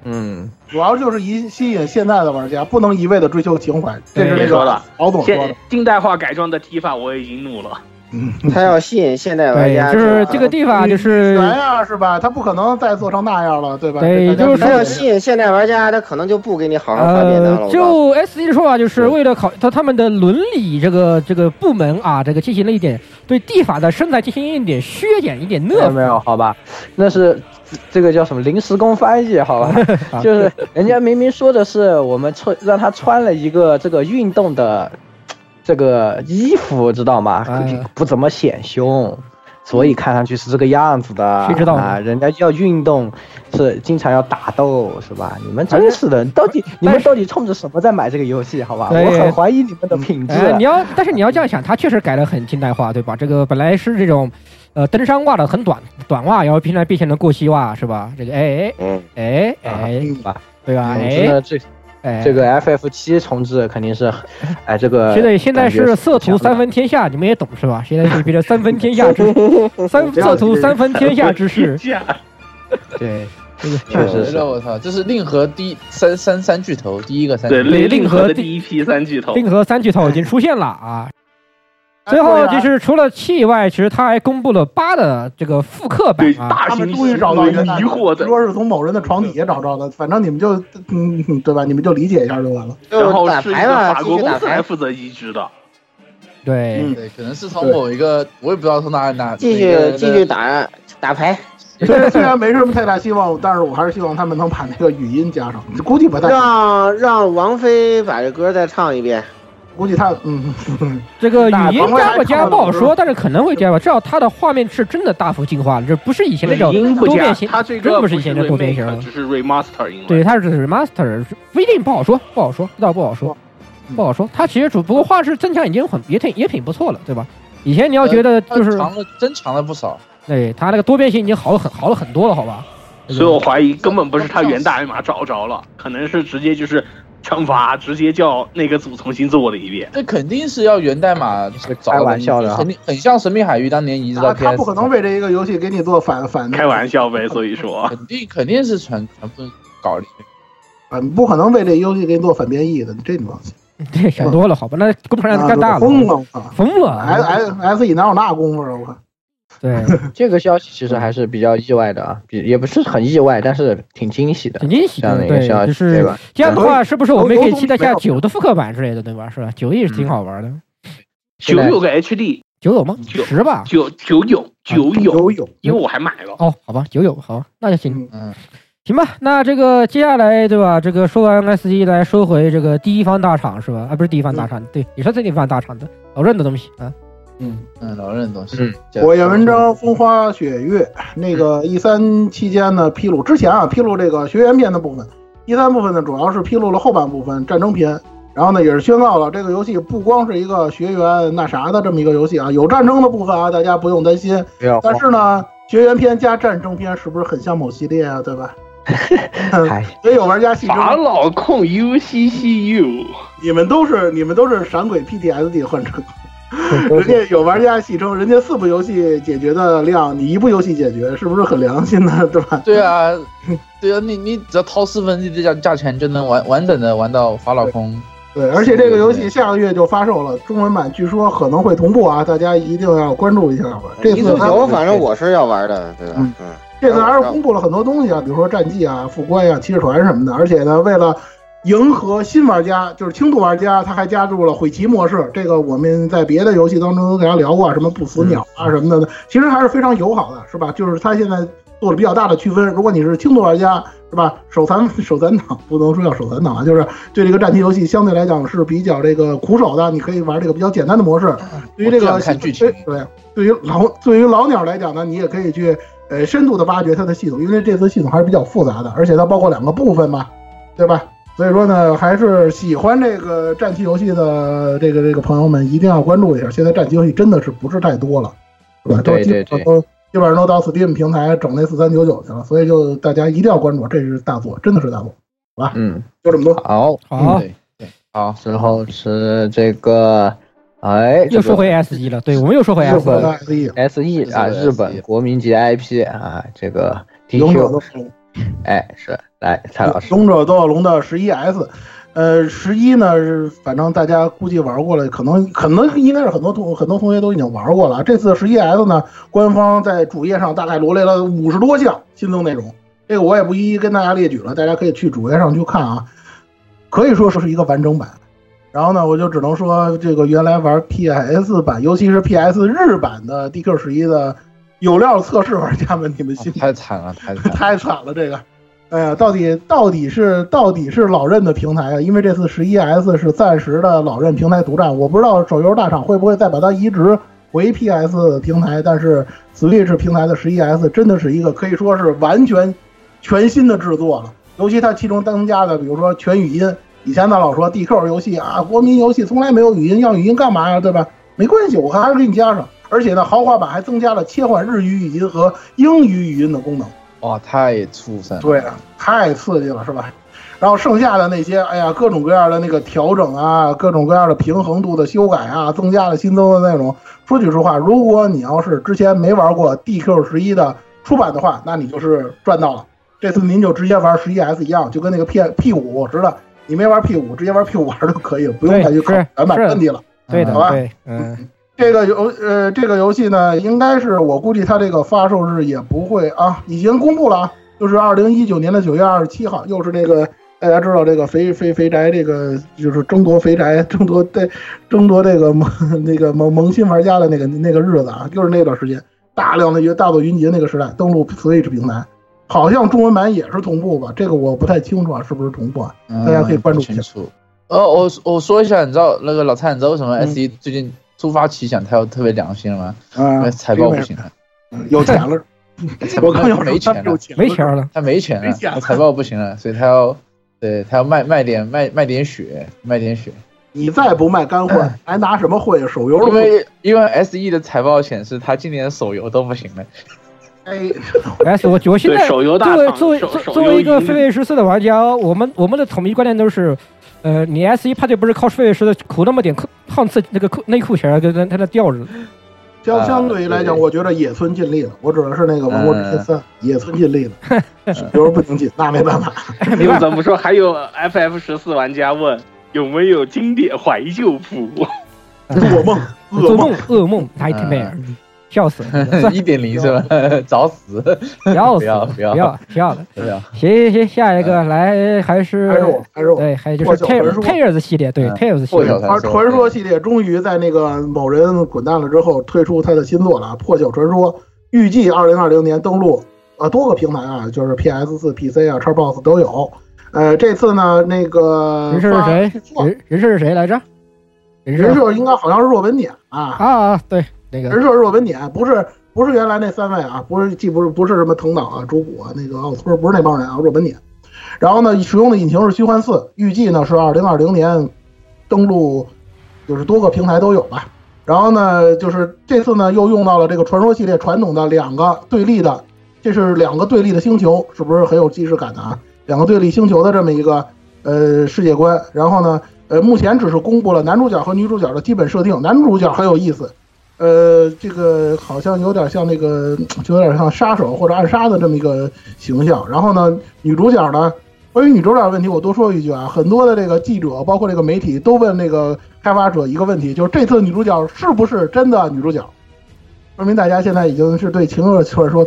嗯，
主要就是以吸引现在的玩家，不能一味的追求情怀，这是
对
那
别说
个
了
敖总说
现
的。
近代化改装的提法我已经怒了，
嗯，
他要吸引现代玩
对
家，，
就是
吧
这个地方就是
原呀，是吧？他不可能再做成那样了，对吧？
对
这大家
[LAUGHS]
就是
他要
理解
吸引现代玩家，他可能就不给你好好发便当了。
呃，
我告诉你
就 S E 的说法，就是为了考他他们的伦理这个这个部门啊，这个进行了一点对地法的身材进行一点削减，一点
没有
nerf
没有，好吧，那是这个叫什么临时工翻译，
[LAUGHS]
好吧，
啊
就是人家明明说的是我们穿让他穿了一个这个运动的这个衣服，知道吗
哎？
不怎么显胸。所以看上去是这个样子的，
谁知道呢
啊？人家要运动，是经常要打斗，是吧？你们真是的，到底你们到底冲着什么在买这个游戏？好吧，
对
我很怀疑你们的品质。
哎哎，你要，但是你要这样想，它确实改得很近代化，对吧？这个本来是这种，呃，登山袜的很短短袜，然后现在变成了过膝袜，是吧？这个哎
嗯，
哎哎
啊
哎，
是吧？
对吧？
总之
哎
呢，这
哎，
这个 FF 七重置肯定是，
[LAUGHS]
哎，这个
现在现在
感
是
觉
色图
强的
三分天下，你们也懂是吧？现在是变成三分天下之
[LAUGHS]
三色图三分天下之
[LAUGHS]
势，
对，
确
确实是。
哎我操，这是令和第三三三巨头第一个三巨
对，
头，
令令和的第一批三巨头，哎
令和三巨头已经出现了啊。最后
啊
就是除了七以外，其实他还公布了八的这个复刻版
对，
啊，
大
他
型
们终于找到一个
迷惑的，
说是从某人的床底下找着的，反正你们就嗯，对吧？你们就理解一下就完了。
然
就
后
打
是一
牌
个
吧，
法
继
国
续
公
打
司来
牌，
负责移植的。
对
嗯
对，可能是从某一个我也不知道从哪里哪
继
哪
续
个
继续打打牌。
虽然虽然没什么太大希望，但是我还是希望他们能把那个语音加上，估计不太，
让让王菲把这歌再唱一遍。
估计他嗯，嗯
这个语音加不加不好说，但是可能会加吧。至少它的画面是真的大幅进化了，这不是以前那种
音不
多
加
边，形，
它这
真
个
不是以前的多边形
remake，只是 remaster 音了。
对，它是 remaster，不一定不好说，不好说，这倒不好说，
嗯
不好说。它其实主不过画质增强已经很也挺也挺不错了，对吧？以前你
呃
要觉得就是
长了，真长了不少。
对它那个多边形已经好了很好了很多了，好吧？
所以我怀疑根本不是他源代码找着了，可能是直接就是惩罚，直接叫那个组重新做了一遍。
这肯定是要源代码找
开玩笑的啊
肯定很像《神秘海域》当年移植
他
到
他
PS，
不可能为这一个游戏给你做反反
开玩笑呗，所以
[LAUGHS]
啊
说
肯定肯定是全全部搞了一遍。
反不可能为这游戏给你做反编译的，这你放心。
对，想多了，好吧？那工程量
啊
干大了，
疯了啊
疯了
！S
啊！
S S E 哪有那功夫啊？我看
对，
这个消息其实还是比较意外的啊，比也不是很意外，但是挺惊喜的
挺。惊喜
这样
的，
的一个
对，
消
就
息，
是
对吧？
这样的话，是不是我们也可以期待一下
有有
九的复刻版之类的，对吧？是吧？九也是挺好玩的，
现
九
在
有个 HD，
九有吗？
九
十吧？
九九有九
啊
有，
游泳
因为我还买了。
哦，好吧，九有，好，那就行，
嗯，
行吧。那这个接下来对吧？这个说完 S E 来说回这个第一方大厂是吧？啊，不是第一方大厂，对，也是第一方大厂的老任的东西啊。
嗯嗯，老任的东西。
嗯
这
火焰文章风花雪月，那个一三期间呢，披露之前啊，披露这个学员篇的部分，一三部分呢，主要是披露了后半部分战争篇，然后呢，也是宣告了这个游戏不光是一个学员那啥的这么一个游戏啊，有战争的部分啊，大家不用担心。
不要慌
但是呢，学员篇加战争篇是不是很像某系列啊？对吧？
嗨，
所以有玩家戏
法
称，
老控 UCCU，
你们都是你们都是闪鬼 PTSD 患者。人家有玩家戏称，人家四部游戏解决的量，你一部游戏解决，是不是很良心呢？ [LAUGHS] 对吧？
对啊， [LAUGHS] 对啊，你你只要掏四分之一的价价钱就能完完整的玩到法老空。
对，而且这个游戏下个月就发售了，中文版据说可能会同步啊，大家一定要关注一下吧。这
一
次
组
它
九，反正我是要玩的，对吧？
嗯
嗯，
这次还是公布了很多东西啊，比如说战绩啊、副官呀、骑士团什么的。而且呢，为了迎合新玩家，就是轻度玩家，他还加入了毁棋模式。这个我们在别的游戏当中都跟大家聊过啊，什么不死鸟
嗯
啊什么的，其实还是非常友好的，是吧？就是他现在做了比较大的区分。如果你是轻度玩家，是吧？手残 [LAUGHS] 手残党不能说叫手残党啊，就是对这个战棋游戏相对来讲是比较这个苦手的，你可以玩这个比较简单的模式。对于这
嗯我就
个
想看剧情
对，对于老对于老鸟来讲呢，你也可以去呃深度的挖掘它的系统，因为这次系统还是比较复杂的，而且它包括两个部分嘛，对吧？所以说呢，还是喜欢这个战棋游戏的这个这个朋友们一定要关注一下，现在战棋游戏真的是不是太多了，是吧？都
嗯对
基本
对
上都基本上都到 Steam 平台整那四三九九去了，所以就大家一定要关注，这是大作，真的是大作，
嗯，
就这么多。
好，
啊
好，
嗯对对，好，
之后是这个，哎，
又说
这个
回 S E 了，对，我们又说回
日
S
本
E。
S E，
S E 啊，
是
日
的
本
SE
国民级 I P 啊，这个
勇者
DQ，
斗龙
哎，是来蔡老师，
勇者斗恶龙的十一 S，呃，十一呢，是反正大家估计玩过了，可能可能应该是很多同很多同学都已经玩过了。这次十一 S 呢，官方在主页上大概罗列了五十多项新增内容，这个我也不一一跟大家列举了，大家可以去主页上去看啊。可以说是一个完整版。然后呢，我就只能说，这个原来玩 PS 版，尤其是 PS 日版的 DQ 十一的有料测试玩家们，你们心里
太惨了，太惨了。
太惨了，这个，哎呀，到底到底是到底是老任的平台啊？因为这次十一 S 是暂时的老任平台独占，我不知道手游大厂会不会再把它移植回 PS 平台，但是 Switch 平台的十一 S 真的是一个可以说是完全全新的制作了，尤其它其中增加的，比如说全语音。以前呢老说 DQ 游戏啊，国民游戏从来没有语音，要语音干嘛呀，对吧？没关系，我还是给你加上。而且呢，豪华版还增加了切换日语语音和英语语音的功能。
哇，太畜生了。
对啊，太刺激了，是吧？然后剩下的那些，哎呀，各种各样的那个调整啊，各种各样的平衡度的修改啊，增加了新增的内容。说句实话，如果你要是之前没玩过 DQ 十一的出版的话，那你就是赚到了。这次您就直接玩十一 S 一样，就跟那个 P P 五似的，你没玩 P 五，直接玩 P 五玩就可以了，不用再去考
对是
原版
是
问题了。
对的
好，吧
对，嗯，
这个游呃，这个游戏呢，应该是我估计它这个发售日也不会啊，已经公布了啊，就是二零一九年的九月二十七号，又是这个大家知道这个肥肥肥宅这个就是争夺肥宅 [LAUGHS] 争夺 [LAUGHS] 对争夺这个萌那个萌萌新玩家的那个那个日子啊，就是那段时间。大量的一个大作云集的那个时代登陆 Switch 平台，好像中文版也是同步吧？这个我不太清楚啊，是不是同步啊？大家可以关注一下
嗯不清楚呃，我我说一下，你知道那个老蔡，你知道为什么 S 一最近突发奇想，它要特别良心了吗？因
嗯啊
为，呃财报不行了，
有钱了，
[LAUGHS] 财报
我刚要说
没
他
钱
[LAUGHS] 有
了，
钱了，
没钱儿了，
他没钱
没钱了
了，财报不行了，所以他要对他要卖卖点卖卖点血，卖点血。
你再不卖干 [LAUGHS] 货，还拿什么会手游
因
的？
为因为 S E 的财报显示，它今年手游都不行了。
哎，
S 我我现
对
在
手游大
作为
厂
作为
手
作
手
作
游
为一个
赢
飞跃十四的玩家，我们我们的统一观念都是，呃，你 S 一派对不是靠飞跃十的苦那么点裤胖次那个裤内裤钱儿跟跟他那吊着，
相
啊
相哎对于哎来讲，
对
我觉得野村尽力了。我指的是那个《王国之心三》，野村尽力了，
[LAUGHS]
手游不景气，那没 [LAUGHS] 办法。
[LAUGHS]
没办法
怎么说？还有 FF 十四玩家问有没有经典怀旧服？
做梦，
哎做
噩梦。
梦噩梦
嗯
nightmare，笑死
[LAUGHS]
了，算了
一点零是
[LAUGHS]
吧？找 [LAUGHS] 死！
笑
不
死
要
了，
不
不
要
要不要了。
不要！嗯
行行行，下一个来还是
还是我，还是我。
对，还有就是
破晓传
Tales
说
Tales 系列，对
嗯
Tales 系
破
列
晓，
而传说系列终于在那个某人滚蛋了之后，推出他的新作了，啊，《破晓传说》，预计二零二零年登陆啊多个平台啊，就是 PS 四、PC 啊、Xbox 都有。呃，这次呢，那个
人设是谁
发
人人设是谁来着？人
人
设
设应该好像是若本典啊，
啊啊，对那个
人设若本典不是不是原来那三位啊，不是既不是不是什么藤岛啊、竹谷啊、那个奥村，不是那帮人啊，若本典。然后呢，使用的引擎是虚幻四，预计呢是二零二零年登陆，就是多个平台都有吧。然后呢，就是这次呢又用到了这个传说系列传统的两个对立的，这是两个对立的星球，是不是很有既视感的啊？两个对立星球的这么一个呃世界观。然后呢，呃，目前只是公布了男主角和女主角的基本设定，男主角很有意思，呃，这个好像有点像那个，就有点像杀手或者暗杀的这么一个形象。然后呢，女主角呢，关于女主角的问题，我多说一句啊，很多的这个记者，包括这个媒体，都问那个开发者一个问题，就是这次女主角是不是真的女主角？说明大家现在已经是对《情热传说》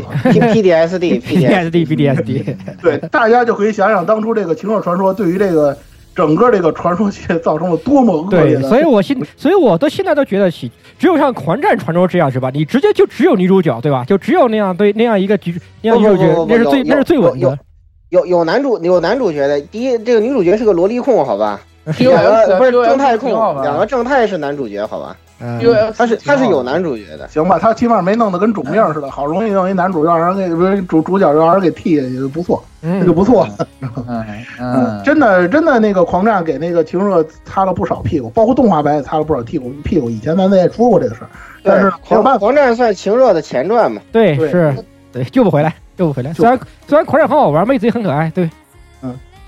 [LAUGHS]
了。
P P D S D P D S
BDSD BDSD，
对，大家就可以想想当初这个《情热传说》对于这个整个这个传说界造成了多么恶劣
对，
的。
所以我现所以我到现在都觉得起，只有像狂战传说这样是吧？你直接就只有女主角对吧？就只有那样对那样一个局 [LAUGHS] 那样
不
女主
不
角
不不，
那是
有
最那
有
是最稳的。
有有男主有男主角的，第一这个女主角是个萝莉控，好
[LAUGHS]
吧？
Q
两
X
个不是
Q
正太
X 挺好
控，两
吧
个正太是男主角，好吧？
？Q
嗯
X
他是他是有男主角的，
行吧，他起码没弄得跟种命似的，好容易弄一男主让人给不是主主角让人给替下去，就不错，这就
嗯，
不错。
嗯嗯，
真的真的那个狂战给那个秦热擦了不少屁股，包括动画版也擦了不少屁股屁股。以前咱们也说过这个事儿，但是
对狂
呢没有办法，
狂战算情热的前传嘛？
对
对
是，对救不回来，救不回来。
救
虽然虽然狂战很好玩，妹子也很可爱，对，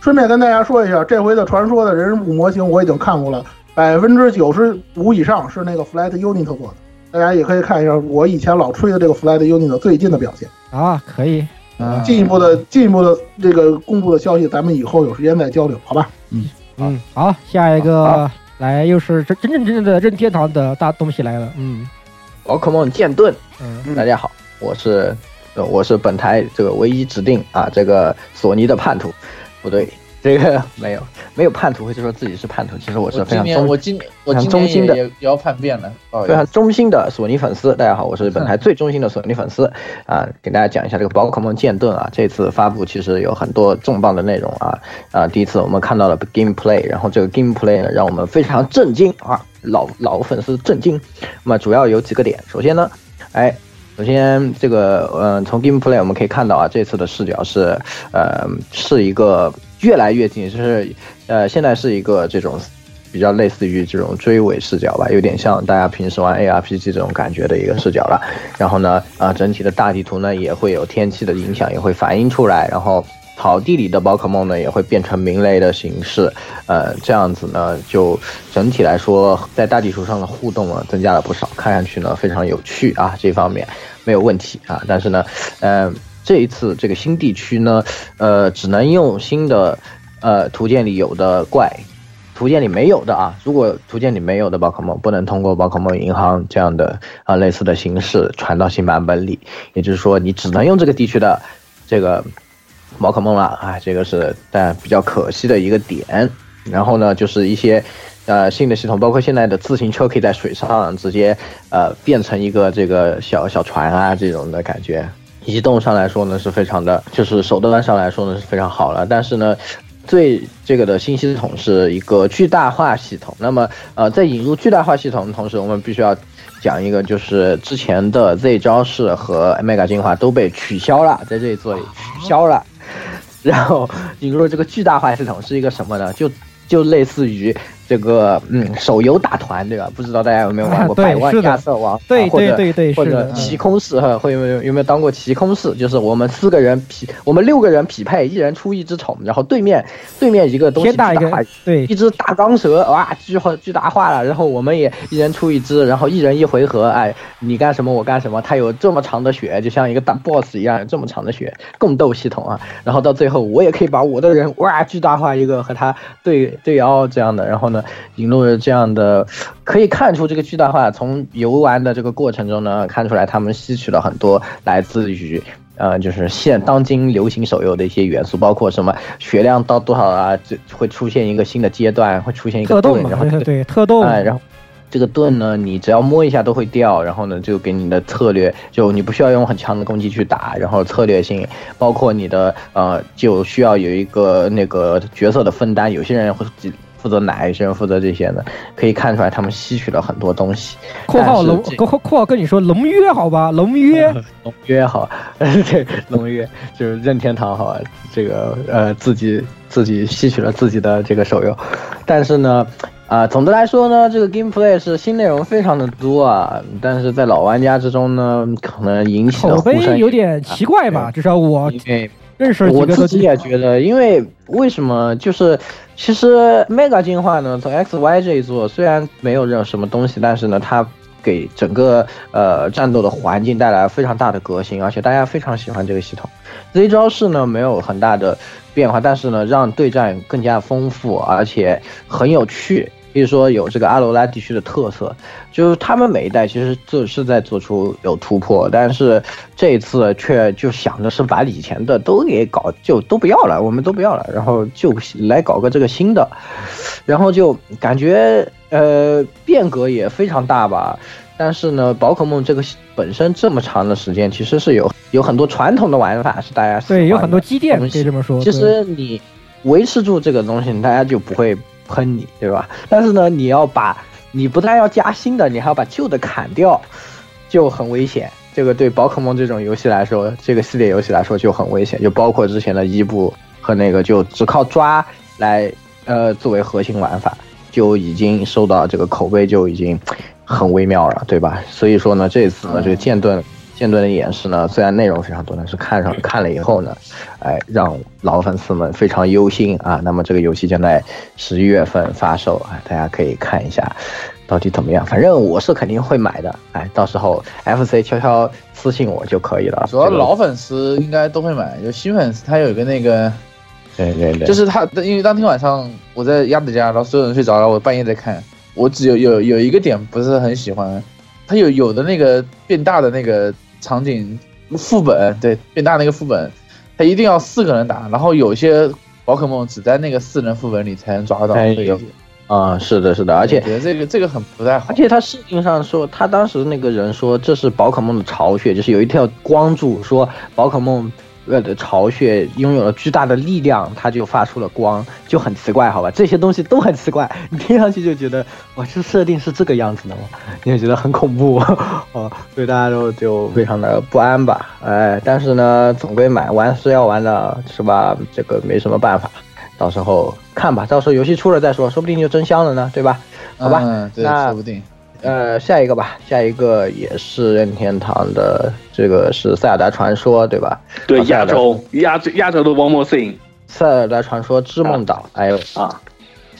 顺便跟大家说一下，这回的传说的人物模型我已经看过了，百分之九十五以上是那个 Flat Unit 做的，大家也可以看一下我以前老吹的这个 Flat Unit 最近的表现。
啊可以，
嗯
进一步的进一步的这个公布的消息，咱们以后有时间再交流，好吧？
嗯好，下一个来又是真真正真正的任天堂的大东西来了，嗯
宝可梦剑盾。
嗯
大家好，我是呃我是本台这个唯一指定啊，这个索尼的叛徒，不对，这个没有没有叛徒会说自己是叛徒，其实我是
我
非
今
常
年我
忠
今我
非常
今
忠心
年
的
也也也要叛变了，不好意
非
思
常忠心的索尼粉丝。大家好，我是本台最忠心的索尼粉丝啊，给大家讲一下这个宝可梦剑盾啊，这次发布其实有很多重磅的内容啊啊，第一次我们看到了 gameplay，然后这个 gameplay 呢让我们非常震惊啊，老老粉丝震惊。那么主要有几个点，首先呢，哎。首先，这个嗯、呃从 gameplay 我们可以看到啊，这次的视角是，呃，是一个越来越近，就是呃，现在是一个这种比较类似于这种追尾视角吧，有点像大家平时玩 ARPG 这种感觉的一个视角了。然后呢，啊、整体的大地图呢也会有天气的影响，也会反映出来。然后草地里的宝可梦呢也会变成鸣雷的形式，呃，这样子呢就整体来说在大地图上的互动呢增加了不少，看上去呢非常有趣啊，这方面没有问题啊。但是呢，呃，这一次这个新地区呢，呃，只能用新的呃图鉴里有的怪图鉴里没有的啊，如果图鉴里没有的宝可梦，不能通过宝可梦银行这样的啊、类似的形式传到新版本里，也就是说你只能用这个地区的这个宝可梦了啊，这个是但比较可惜的一个点。然后呢，就是一些呃新的系统，包括现在的自行车可以在水上直接呃变成一个这个小小船啊这种的感觉。移动上来说呢是非常的，就是手段上来说呢是非常好了，但是呢。最这个的新系统是一个巨大化系统。那么，呃，在引入巨大化系统的同时，我们必须要讲一个，就是之前的 Z 招式和 Mega 进化都被取消了，在这里做取消了。然后引入这个巨大化系统是一个什么呢？就就类似于这个嗯手游打团对吧？不知道大家有没有玩过
啊对
百万
是的
亚瑟王，
对
啊或者
对对对
或
是
者
的嗯
奇空式哈，会有没有有没有当过奇空式？就是我们四个人匹，我们六个人匹配，一人出一只宠，然后对面对面一个东西
天大一
巨化
个，对
一只大钢蛇，哇，巨好巨大化了。然后我们也一人出一只，然后一人一回合，哎，你干什么我干什么。它有这么长的血，就像一个大 boss 一样，有这么长的血，共斗系统啊。然后到最后，我也可以把我的人哇巨大化一个，和他对对摇这样的。然后呢，引入了这样的，可以看出这个巨大化从游玩的这个过程中呢，看出来他们吸取了很多来自于呃，就是现当今流行手游的一些元素，包括什么血量到多少啊，就会出现一个新的阶段，会出现一
特
个盾
动，嘛
然后，
对特动，
哎，然后这个盾呢，你只要摸一下都会掉，然后呢，就给你的策略，就你不需要用很强的攻击去打，然后策略性，包括你的呃，就需要有一个那个角色的分担，有些人会负责奶，有些人负责这些的，可以看出来他们吸取了很多东西。
括号
但是
龙
这
括号括号跟你说龙约好吧，龙约
龙约好， [LAUGHS] 对，龙约就是任天堂好，这个呃自己自己吸取了自己的这个手游，但是呢，啊、总的来说呢，这个 gameplay 是新内容非常的多啊，但是在老玩家之中呢，可能引起的
口
呼声
碑有点奇怪吧，至少我
因为
认识几
我
个都
啊自己也觉得，因为为什么就是其实 Mega 进化呢，从 XY 这一座虽然没有任什么东西，但是呢，它给整个呃战斗的环境带来了非常大的革新，而且大家非常喜欢这个系统。Z 招式呢没有很大的变化，但是呢让对战更加丰富，而且很有趣。比如说有这个阿罗拉地区的特色，就是他们每一代其实就是在做出有突破，但是这一次却就想着是把以前的都给搞就都不要了，我们都不要了，然后就来搞个这个新的，然后就感觉呃变革也非常大吧。但是呢，宝可梦这个本身这么长的时间，其实是有有很多传统的玩法是大家喜欢
对，有
的
很多积淀，
我们
可以这么说。
其
对
实你维持住这个东西，大家就不会喷你，对吧？但是呢，你要把你不但要加新的，你还要把旧的砍掉，就很危险。这个对宝可梦这种游戏来说，这个系列游戏来说就很危险，就包括之前的伊布和那个，就只靠抓来呃作为核心玩法，就已经受到这个口碑就已经很微妙了，对吧？所以说呢，这次呢这个剑盾剑盾的演示呢，虽然内容非常多，但是看上看了以后呢，哎，让老粉丝们非常忧心啊。那么这个游戏将在十一月份发售啊，大家可以看一下到底怎么样。反正我是肯定会买的，哎，到时候 FC 悄悄私信我就可以了。
主要
这个
老粉丝应该都会买，就新粉丝他有一个那个，
对对对，
就是他，因为当天晚上我在鸭子家，然后所有人睡着了，我半夜在看，我只有有有一个点不是很喜欢，他有有的那个变大的那个场景副本，对，变大那个副本，他一定要四个人打，然后有些宝可梦只在那个四人副本里才能抓到，
哎
对
有啊、是的，是的，而
而哎
且
觉得这个这个很不太好
而，且他视频上说，他当时那个人说这是宝可梦的巢穴，就是有一条光柱说宝可梦呃的巢穴拥有了巨大的力量，它就发出了光，就很奇怪，好吧？这些东西都很奇怪， [LAUGHS] 你听上去就觉得哇，这设定是这个样子的吗？你也觉得很恐怖 [LAUGHS] 哦，所以大家都就非常的不安吧，哎，但是呢，总归买玩是要玩的，是吧？这个没什么办法。到时候看吧，到时候游戏出了再说，说不定就真香了呢，对吧？好吧，
嗯，对，
那
说不定。
呃，下一个吧，下一个也是任天堂的，这个是《塞尔达传说》，对吧？
[LAUGHS] 对
好
亚
的
洲亚洲亚洲的 One More Thing
《塞尔达传说：之梦岛》哎呦，
啊，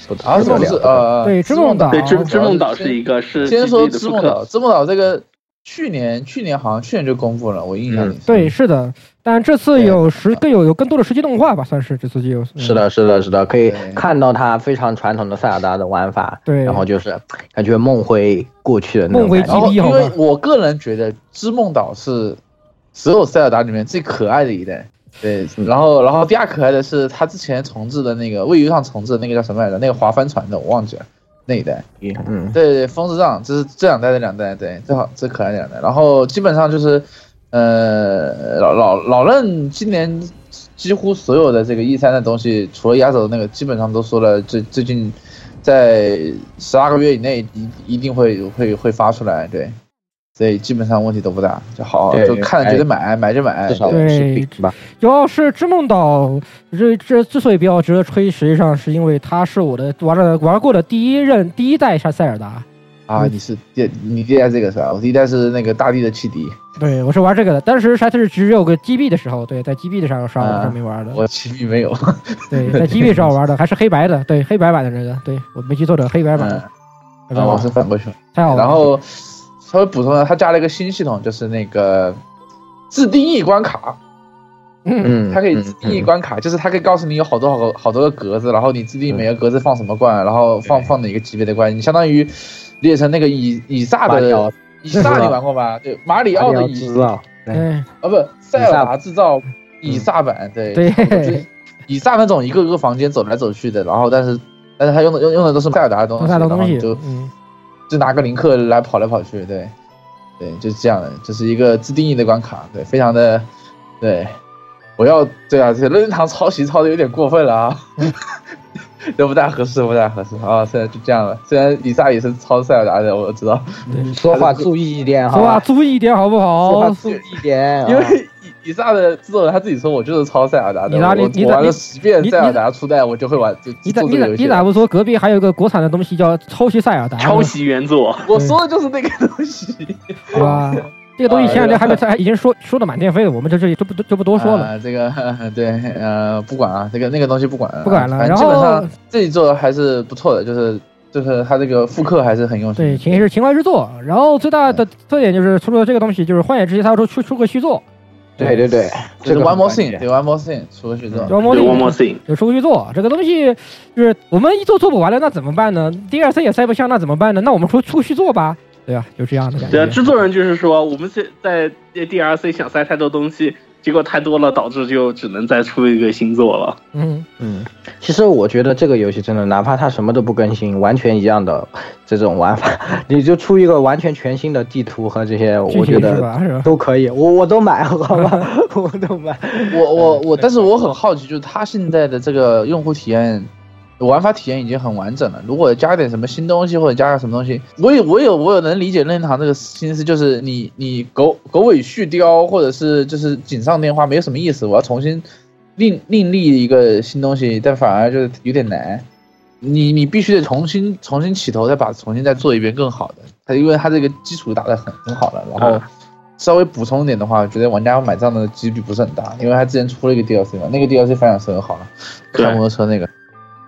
不得
啊，是
不
不
了
是？呃，
对织梦岛
对，织
嗯
哦
织梦岛是一个是
先说
GG 的
织
复
梦
刻
岛，织梦岛这个去年去年好像去年就公布了，我印象里。
对，是的，但这次有实更有有更多的实际动画吧，算是这次就有。嗯
是，的，是的，是的，可以
对
看到它非常传统的塞尔达的玩法，
对
然后就是感觉梦回过去的那种
梦回
感
然后，
觉，
GB
因
好
为
吧
我个人觉得织梦岛是所有塞尔达里面最可爱的一代。对，然后然后第二可爱的是他之前重置的那个位于上重置的那个叫什么来着？那个划帆船的我忘记了，那一代，
嗯，
对对，风之杖，这是这两代的两代，对，最好最可爱的两代。然后基本上就是，呃，老老老任今年几乎所有的这个 E 三的东西，除了压轴那个，基本上都说了最最近在十二个月以内一一定会会会发出来，对，所以基本上问题都不大，就好
对哎
就看了觉得买，买就买，
至少
对
是饼吧。
主要是《织梦岛》这这之所以比较值得吹，实际上是因为它是我的玩了玩过的第一任第一代塞塞尔达。
啊，你是第你第一代这个是吧？我第一代是那个大地的汽笛，
对，我是玩这个的，当时还是只有个 GB 的时候，对，在 GB 的上上
啊
上面玩的，
我骑兵没有，
哦
对，在 GB 上玩的，还是黑白的，对，黑白版的这个，对我没记错的，黑白版
嗯，
的
啊，
黑白版
我
的
是反过去了。
太好玩了。
然后稍微补充了，它加了一个新系统，就是那个自定义关卡，
嗯，
嗯，
它可以自定义关卡，就是它可以告诉你有好多好多好多个格子，然后你自定义每个格子放什么罐，然后放放哪个级别的罐，你相当于列成那个以以撒
马里奥
的以撒你玩过吧？对，马里奥的
要
以
知道，
嗯，
啊不塞尔达制造以撒版，嗯对 [LAUGHS]
对， [LAUGHS]
就是以撒那种一个个房间走来走去的，然后但是但是它用的用用的都是塞尔达的东西，
弄啥多
然后
东
你
西
就，
嗯，
就拿个林克来跑来跑去，对，对，就是这样的，这是一个自定义的关卡，对，非常的，对，我要对啊，这任天堂抄袭抄的有点过分了啊， [LAUGHS] 这不大合适，不大合适啊，现在就这样了，虽然以撒也是抄塞尔达的，我知道，
啊
说话注意一点，好
说话
吧？
注意一点好不
说话
好？
注意一点，啊
因为以以撒的制作人他自己说我就是抄塞尔达的，
你咋
我
你你
我
咋
玩
你
了十遍啊
你
塞尔达初代，我就会玩，就
你咋
做
你
这
咋
个游戏
你咋
了。
不说隔壁还有个国产的东西叫抄袭啊塞尔达呢？
抄袭原
[LAUGHS]
作，
我说的就是那个东西，
对
啊
吧？这个东西前两天还没 [LAUGHS] 还已经说说的满天飞了，我们就这就不就不多说了。
啊这个对，呃，不管啊，这个那个东西不管了，
不管了
反正
然
基
后
本上自己做的还是不错的，就是就是他这个复刻还是很用心
对，
的。
情是情怀之作。然后最大
啊
的特点就是，除了这个东西，就是《幻野之息》它要出出出个续作，
对对对，
就
这
是
个
One
很
More
关
Thing，
键
对 One More Thing 出个续作
《妖魔
对
力》
，One More Thing，
有出个续作。这个东西就是我们一做做不完了，那怎么办呢？DLC 也塞不下，那怎么办呢？那我们出出个续作吧，对吧？就这样的感
对啊，
觉。
制作人就是说，我们现在在 DRC 想塞太多东西，结果太多了，导致就只能再出一个新作了。
嗯，
嗯，其实我觉得这个游戏真的，哪怕它什么都不更新，完全一样的这种玩法， [LAUGHS] 你就出一个完全全新的地图和这些，
具
我
体
觉
是
得
吧？是吧？
都可以，我我都买，
[LAUGHS]
好吧，我都买。
我我我，但是我很好奇，就是它现在的这个用户体验、玩法体验已经很完整了。如果加点什么新东西或者加个什么东西，我也我有我有能理解任天堂这个心思，就是你你狗狗尾续貂或者是就是锦上添花没有什么意思，我要重新另另立一个新东西，但反而就是有点难。你你必须得重新重新起头，再把重新再做一遍更好的。它因为它这个基础打得很很好了，然后稍微补充一点的话，我觉得玩家买账的几率不是很大，因为他之前出了一个 DLC 嘛，那个 DLC 反响是很好的，
对嗯
开摩托车那个。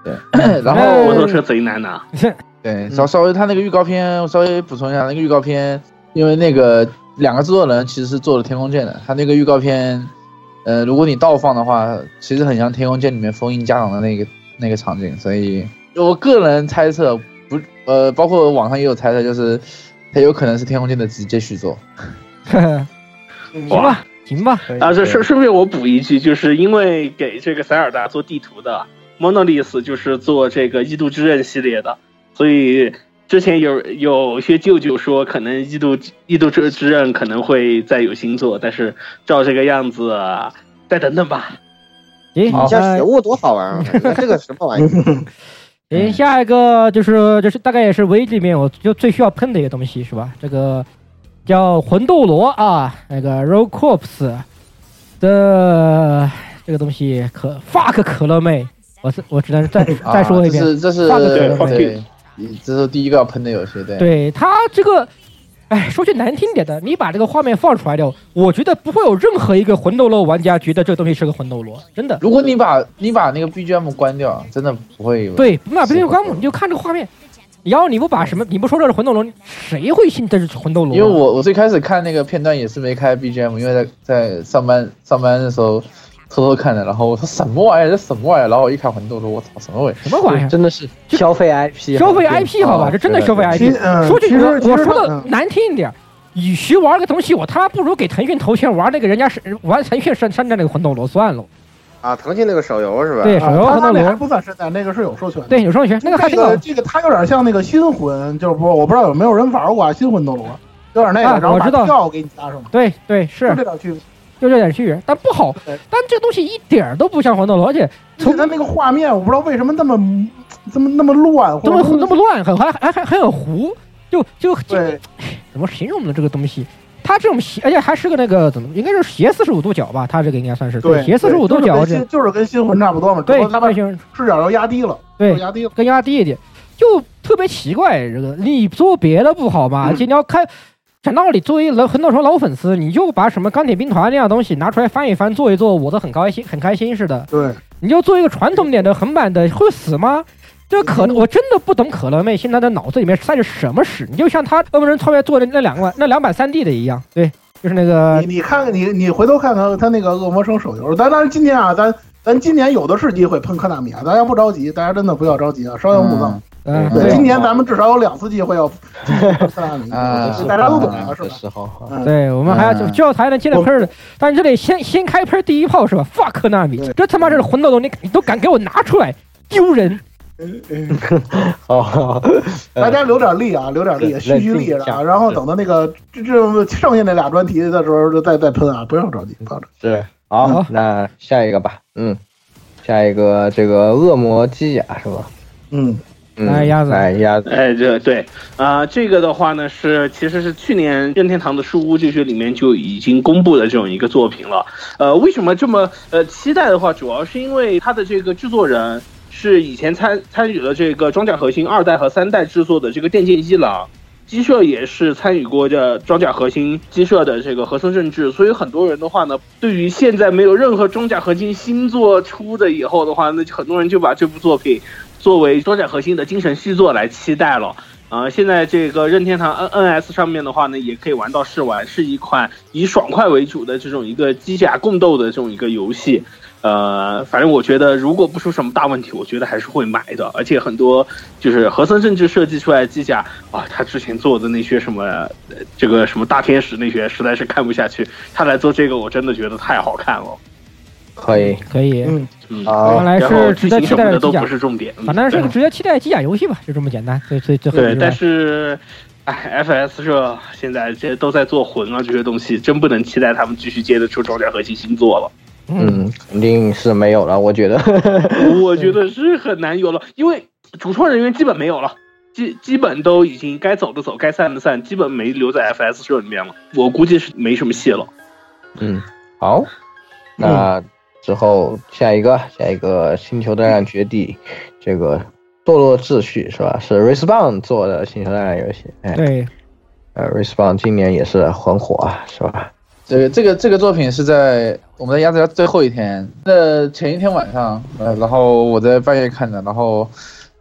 对，然后
摩托车贼难拿，
对，稍稍微他那个预告片，我稍微补充一下，那个预告片，因为那个两个制作人其实是做了《天空剑》的，他那个预告片，呃，如果你倒放的话，其实很像《天空剑》里面封印家长的那个那个场景，所以我个人猜测不，呃，包括网上也有猜测，就是它有可能是《天空剑》的直接续作。
行吧，行吧，
啊，这顺顺便我补一句，就是因为给这个塞尔达做地图的 Monolith 就是做这个《异度之刃》系列的，所以之前有有些舅舅说，可能《异度异度之之刃》可能会再有新作，但是照这个样子，啊再等等吧。
行，
你像
那
血雾多好玩啊！那这个什么玩意
[LAUGHS]
儿？
嗯
行，下一个就是就是大概也是唯一里面我就最需要喷的一个东西是吧？这个叫魂斗罗啊，那个 Rogue Corps 的这个东西可 fuck 可乐妹，我是我只能再再说一遍，
啊、这是
换个
梗
这是
对
对，这是第一个要喷的游戏，对。
对它这个，哎，说句难听点的，你把这个画面放出来掉，我觉得不会有任何一个魂斗罗玩家觉得这个东西是个魂斗罗，真的。
如果你把你把那个 BGM 关掉，真的不会有。
对，不买不
是
用
的
关门，你就看这个画面，然后你不把什么，你不说这是魂斗罗，谁会信这是魂斗罗啊？
因为我我最开始看那个片段也是没开 BGM，因为在在上班上班的时候偷偷看的，然后我说什么玩意儿，这什么玩意儿，然后我一看魂斗罗，我操，什么鬼？
什么玩意儿？
真的是消费 IP，
[LAUGHS] 消费 IP 好吧，这真的消费
其
IP。
嗯，
说句
其实
我
其
我
实
说
它
的
嗯
难听一点，与其玩个东西，我他妈不如给腾讯投钱玩那个人家是玩腾讯山山寨那个魂斗罗算了。
啊，腾讯那个手游是吧？
[LAUGHS] 对，手游
啊
魂
他
斗
那还
罗，
不算山寨，那个是有授权的。
对，有授权，那个还
这
挺好
个。这个它有点像那个新魂，就是不，我不知道有没有人玩过啊，新魂斗罗，有点那个，
啊
然后
我
把
知道
票给你加上，
对对是
就，这点区别。
就这点区别，但不好
对。
但这东西一点儿都不像魂斗罗，而且
而且它那个画面，我不知道为什么那么这么那么乱，
那
或者
么
说
那么乱，很还还还还很糊，就就就
对
怎么形容呢？这个东西，它这种斜，而且还是个那个怎么，应该是斜四十五度角吧？它这个应该算是
对，
斜四十五度角
对
这
就是跟新就是跟新魂差不多嘛，只不
对
过它把
外形
视角又压低了，
对
又压低了。
更压低一点，就特别奇怪。这个你做别的不好
嗯
吗？而且你要看，讲道理，作为老很多时候老粉丝，你就把什么钢铁兵团那样东西拿出来翻一翻，做一做，我都很高兴，很开心似的。
对，
你就做一个传统点的横版的，会死吗？这
嗯
可我真的不懂可乐妹现在的脑子里面塞着什么屎。你就像他恶魔人超越做的那两版那两版三 D 的一样，对，就是那个
你你看看你你回头看看他那个恶魔城手游，咱当然今年啊，咱咱今年有的是机会喷科纳米啊，大家不着急，大家真的不要着急啊，稍安勿躁。
嗯，
对，
对
今年咱们至少有两次机会要 [LAUGHS] 喷科纳米，
啊
就是大家都懂了是
的
吧？
时候，
对，我们还要
嗯
就就要才能接着喷儿的，但是这里先先开喷第一炮是吧？fuck 纳米
对，
这他妈这是魂斗罗，你你都敢给我拿出来，丢人！
哦，
大家留点力啊，留点力，
对
蓄蓄力，
冷静一下
啊，然后等到那个这这剩下那俩专题的时候，就再再喷啊，不要着急，不要着急。
是好
好，
那下一个吧，嗯，下一个这个恶魔机甲是吧？
嗯，
嗯
哎鸭子
哎鸭
[LAUGHS]
子，
哎，这对啊、这个的话呢是其实是去年任天堂的书屋这些里面就已经公布的这种一个作品了。呃，为什么这么呃期待的话，主要是因为它的这个制作人是以前参参与了这个装甲核心二代和三代制作的这个电竞一郎。鸡舍也是参与过这装甲核心鸡舍的这个和森政治，所以很多人的话呢，对于现在没有任何装甲核心新作出的以后的话，那就很多人就把这部作品作为装甲核心的精神续作来期待了。呃，现在这个任天堂 N N S 上面的话呢，也可以玩到试玩，是一款以爽快为主的这种一个机甲共斗的这种一个游戏。呃，反正我觉得如果不出什么大问题，我觉得还是会买的。而且很多就是和森政治设计出来的机甲啊，他之前做的那些什么、呃这个什么大天使那些，实在是看不下去。他来做这个，我真的觉得太好看了。
可以，
可以，
嗯
嗯，
好
看，来
然后
啊是值
剧
得
情
期
什
待
么
的
的
机
都
甲
不，是嗯重点。
反正是
对
个值得期待的机甲游戏吧，就这么简单。最最最后
对，
一句
但
吧
是，哎，FS 社现在这都在做魂啊，这些东西真不能期待他们继续接着出装甲核心新作 [LAUGHS] 了。
嗯，
嗯，肯定是没有了，我觉得，
我觉得是很难有了，因为主创人员基本没有了。基基本都已经该走的走，该散的散，基本没留在 FS 社里面了。我估计是没什么戏了。
嗯，好，
嗯
那之后下一个，下一个《星球大战绝地》这个堕落秩序是吧？是 Respawn 做的《星球大战》游戏，哎，
对，
呃，Respawn 今年也是很火啊是吧？
这个这个这个作品是在我们在鸭子家最后一天，那前一天晚上，呃，然后我在半夜看的，然后，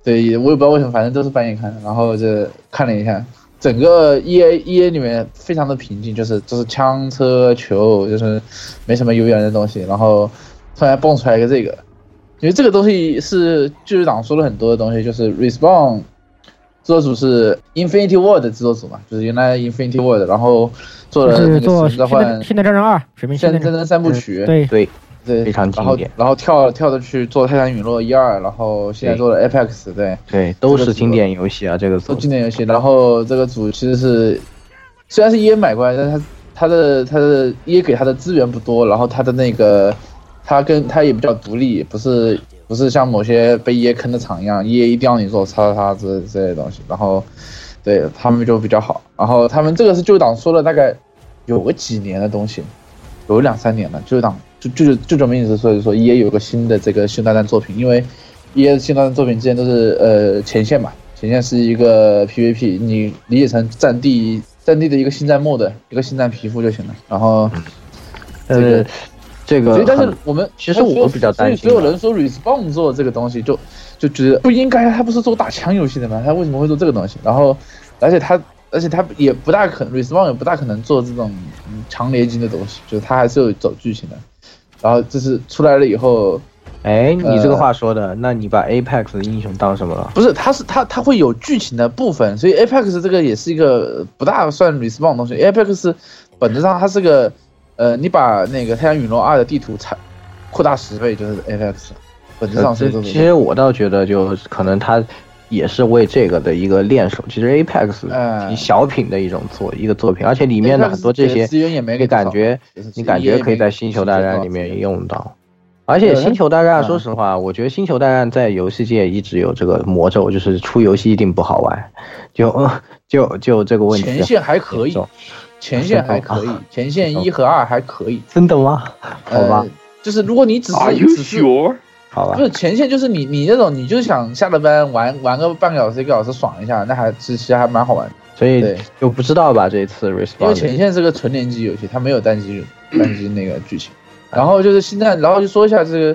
对，我也不知道为什么，反正都是半夜看的，然后就看了一下，整个 E A E A 里面非常的平静，就是就是枪车球，就是没什么游园的东西，然后突然蹦出来一个这个，因为这个东西是剧组党说了很多的东西，就是 Respawn 制作组是 Infinity Ward 制作组嘛，就是原来 Infinity Ward，然后做了
就
那
是
个
做
《使
现
命召唤
代》。现代战争二，水平
现
现
在
代
真
战争
的三部曲，
对
对，
对，
非常经
然后
典
然后跳跳着去做《泰坦陨落》一二，然后现在
对
做了 Apex，对，
对，都是经典游戏啊，这个
都
组
经典游戏。然后这个组其实是虽然是 EA 买过来，但是他他的他的 EA 给他的资源不多，然后他的那个他跟他也比较独立，不是不是像某些被 EA 坑的厂一样，EA 一定要你做叉叉叉之之类的东西。然后对他们就比较好。然后他们这个是旧党说了大概有个几年的东西，有两三年了。旧党就就就这么意思，所以说 EA 有个新的这个新大战作品，因为 EA 的新大战作品之前都是呃前线嘛，前线是一个 PVP，你理解成战地战地的一个新战 mod，一个新战皮肤就行了。然后这个
呃，这
所
个
以，但是
嗯很
我们
其实我比较担心
所以所有人说 respawn 做这个东西就，就觉得不应该，他不是做打枪游戏的吗？他为什么会做这个东西？然后，而且他，而且他也不大可能 respawn 也不大可能做这种嗯强联机的东西，就是他还是有走剧情的。然后这是出来了以后，
哎，你
呃
这个话说的，那你把 Apex 的英雄当什么了？
不是，它是它它会有剧情的部分，所以 Apex 这个也是一个呃不大算 respawn 的东西。Apex 本质上它是个，呃，你把那个《太阳陨落二》的地图拆扩大十倍，就是 FX 本质
呃
上是
这
这个。
其实我倒觉得，就可能它也是为这个的一个练手。其实 Apex
哎
挺小品的一种作一个作品，而且里面的
Apex
很多这
给
些
的资源也没给
你
多少
感觉
就是
你感觉可以在星球大战里面用到。而且
对
星球大战，
嗯
说实话，我觉得星球大战在游戏界一直有这个魔咒，就是出游戏一定不好玩，就 [LAUGHS] 就就这个问题。啊
前线还可以，前线还可以，前线一和二还可以。
真的吗？啊好吧，
呃，就是如果你只
？Are
是
you
只是
sure？
好吧
不，是前线，就是你你那种，你就想下了班玩玩个半个小时一个小时爽一下，那还其实还蛮好玩的。
所以
对
就不知道吧这一次 r e s p
因
o
为
n
前
s
线是个纯联机游戏，它没有单机单机那个剧情。然后就是现在，然后就说一下这个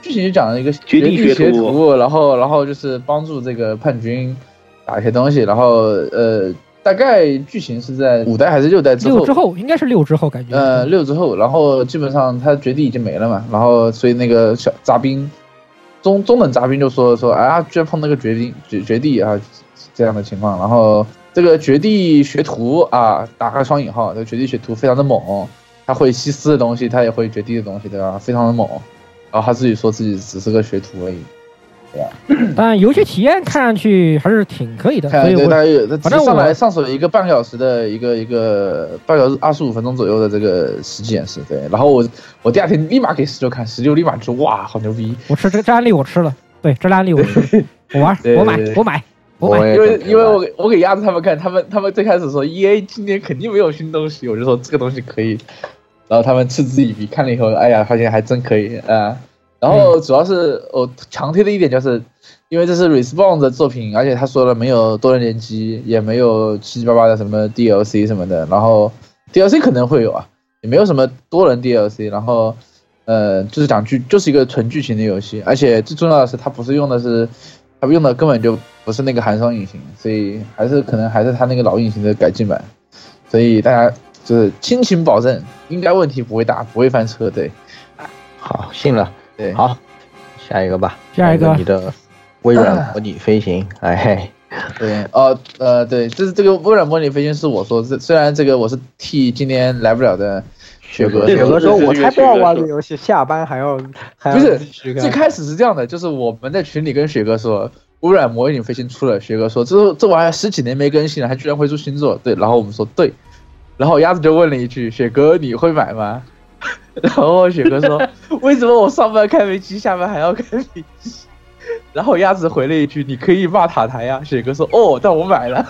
剧情，就讲了一个
绝地
学
学徒
徒，然后然后就是帮助这个叛军打一些东西，然后呃，大概剧情是在五代还是六代之
六
后
之。后应该是六之后感觉。
呃，六之后，然后基本上他绝地已经没了嘛，然后所以那个小杂兵，中中等杂兵就说说啊，居然碰到个绝地绝绝地啊这样的情况，然后这个绝地学徒啊，打开双引号，这个绝地学徒非常的猛，他会西斯的东西，他也会绝地的东西，对吧？非常的猛，啊然后他自己说自己只是个学徒而已，
但游戏体验看上去还是挺可 [LAUGHS] 以的，
看
所以
哎对，
我
大概有，
反
反
正
正
我
上来上手一个半个小时的一个一个半个小时二十五分钟左右的这个实际演示，对。然后我我第二天立马给十六看，十六立马就哇，好牛逼！
我吃这这案例我吃了，对，这案例我吃
[LAUGHS]
了，我玩，
对
我买
对对，
我买，我
我
买。
也
因为
准备
因为
玩
我给我给鸭子他们看，他们他们最开始说 E A 今年肯定没有新东西，我就说这个东西可以，然后他们嗤之以鼻，看了以后，哎呀，发现还真可以啊、然后主要是我、强推的一点就是，因为这是 Respawn 的作品，而且他说了没有多人联机，也没有七七八八的什么 DLC 什么的，然后 DLC 可能会有啊，也没有什么多人 DLC，然后呃，就是讲剧，就是一个纯剧情的游戏，而且最重要的是，它不是用的是，它用的根本就不是那个寒霜引擎，所以还是可能还是它那个老引擎的改进版，所以大家就是亲情保证，应该问题不会大，不会翻车，对
好，信了。
对。
好，下一个吧。
下一个
你的微软模拟飞行，哎嘿，
对，哦，呃，对，就是这个微软模拟飞行是我说，这虽然这个我是替今年来不了的雪哥，
这
雪
个
哥说：“
这个
我才不要玩
这
这
个
游戏，下班
[LAUGHS]
还要还要
不是
继续
最
干
开始是这样的，就是我们在群里跟雪哥说，微软模拟飞行出了，雪哥说这这玩意儿十几年没更新了，还居然会出新作，对，然后我们说对，然后鸭子就问了一句，雪哥你会买吗？ [LAUGHS] 然后雪哥说，为什么我上班开飞机，下班还要开飞机？ [LAUGHS] 然后鸭子回了一句，你可以骂塔台呀。雪哥说，哦，但我买了。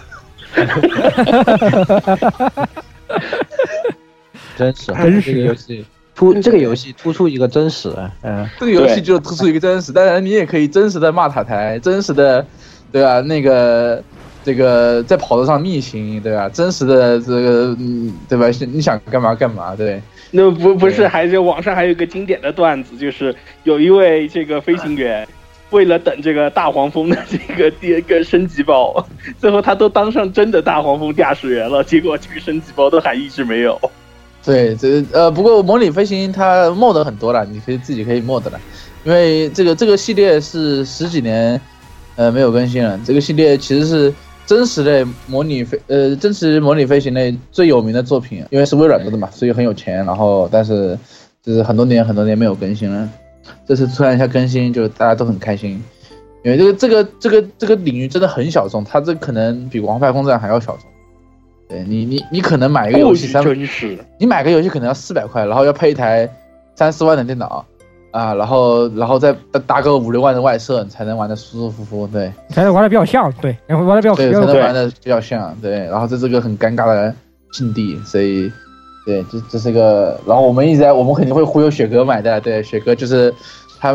真实，
啊
真实
这个游戏突这个游戏突出一个真实，嗯，
这个游戏
对
就突出一个真实，当然你也可以真实的骂塔台，真实的，对吧、那个这个在跑道上逆行，对吧、真实的这个，嗯，对吧？你想干嘛干嘛，对。
[LAUGHS] 那不不是，还是网上还有一个经典的段子，就是有一位这个飞行员，
哎
为了等这个大黄蜂的这个第一个升级包， [LAUGHS] 最后他都当上真的大黄蜂驾驶员了，结果这个升级包都还一直没有。
对，这呃，不过模拟飞行它 mod 很多了，你可以自己可以 mod 了，因为这个这个系列是十几年呃没有更新了。这个系列其实是真实类模拟飞呃真实模拟飞行类最有名的作品，因为是微软做的嘛，所以很有钱。然后但是就是很多年很多年没有更新了，这次突然一下更新，就大家都很开心。因为这个这个这个这个领域真的很小众，它这可能比《王牌空战》还要小众。对你你你可能买一个游戏
过于
三
真实，
你买个游戏可能要四百块，然后要配一台三四万的电脑啊，然后然后再搭搭个五六万的外设，你才能玩的舒舒服服，对
才能玩的比较像，对，然后玩的比较比
对，才
较
能玩的比较像，对，然后这是个很尴尬的境地，所以对，这这是个，然后我们一直在，我们肯定会忽悠雪哥买的，对，雪哥就是他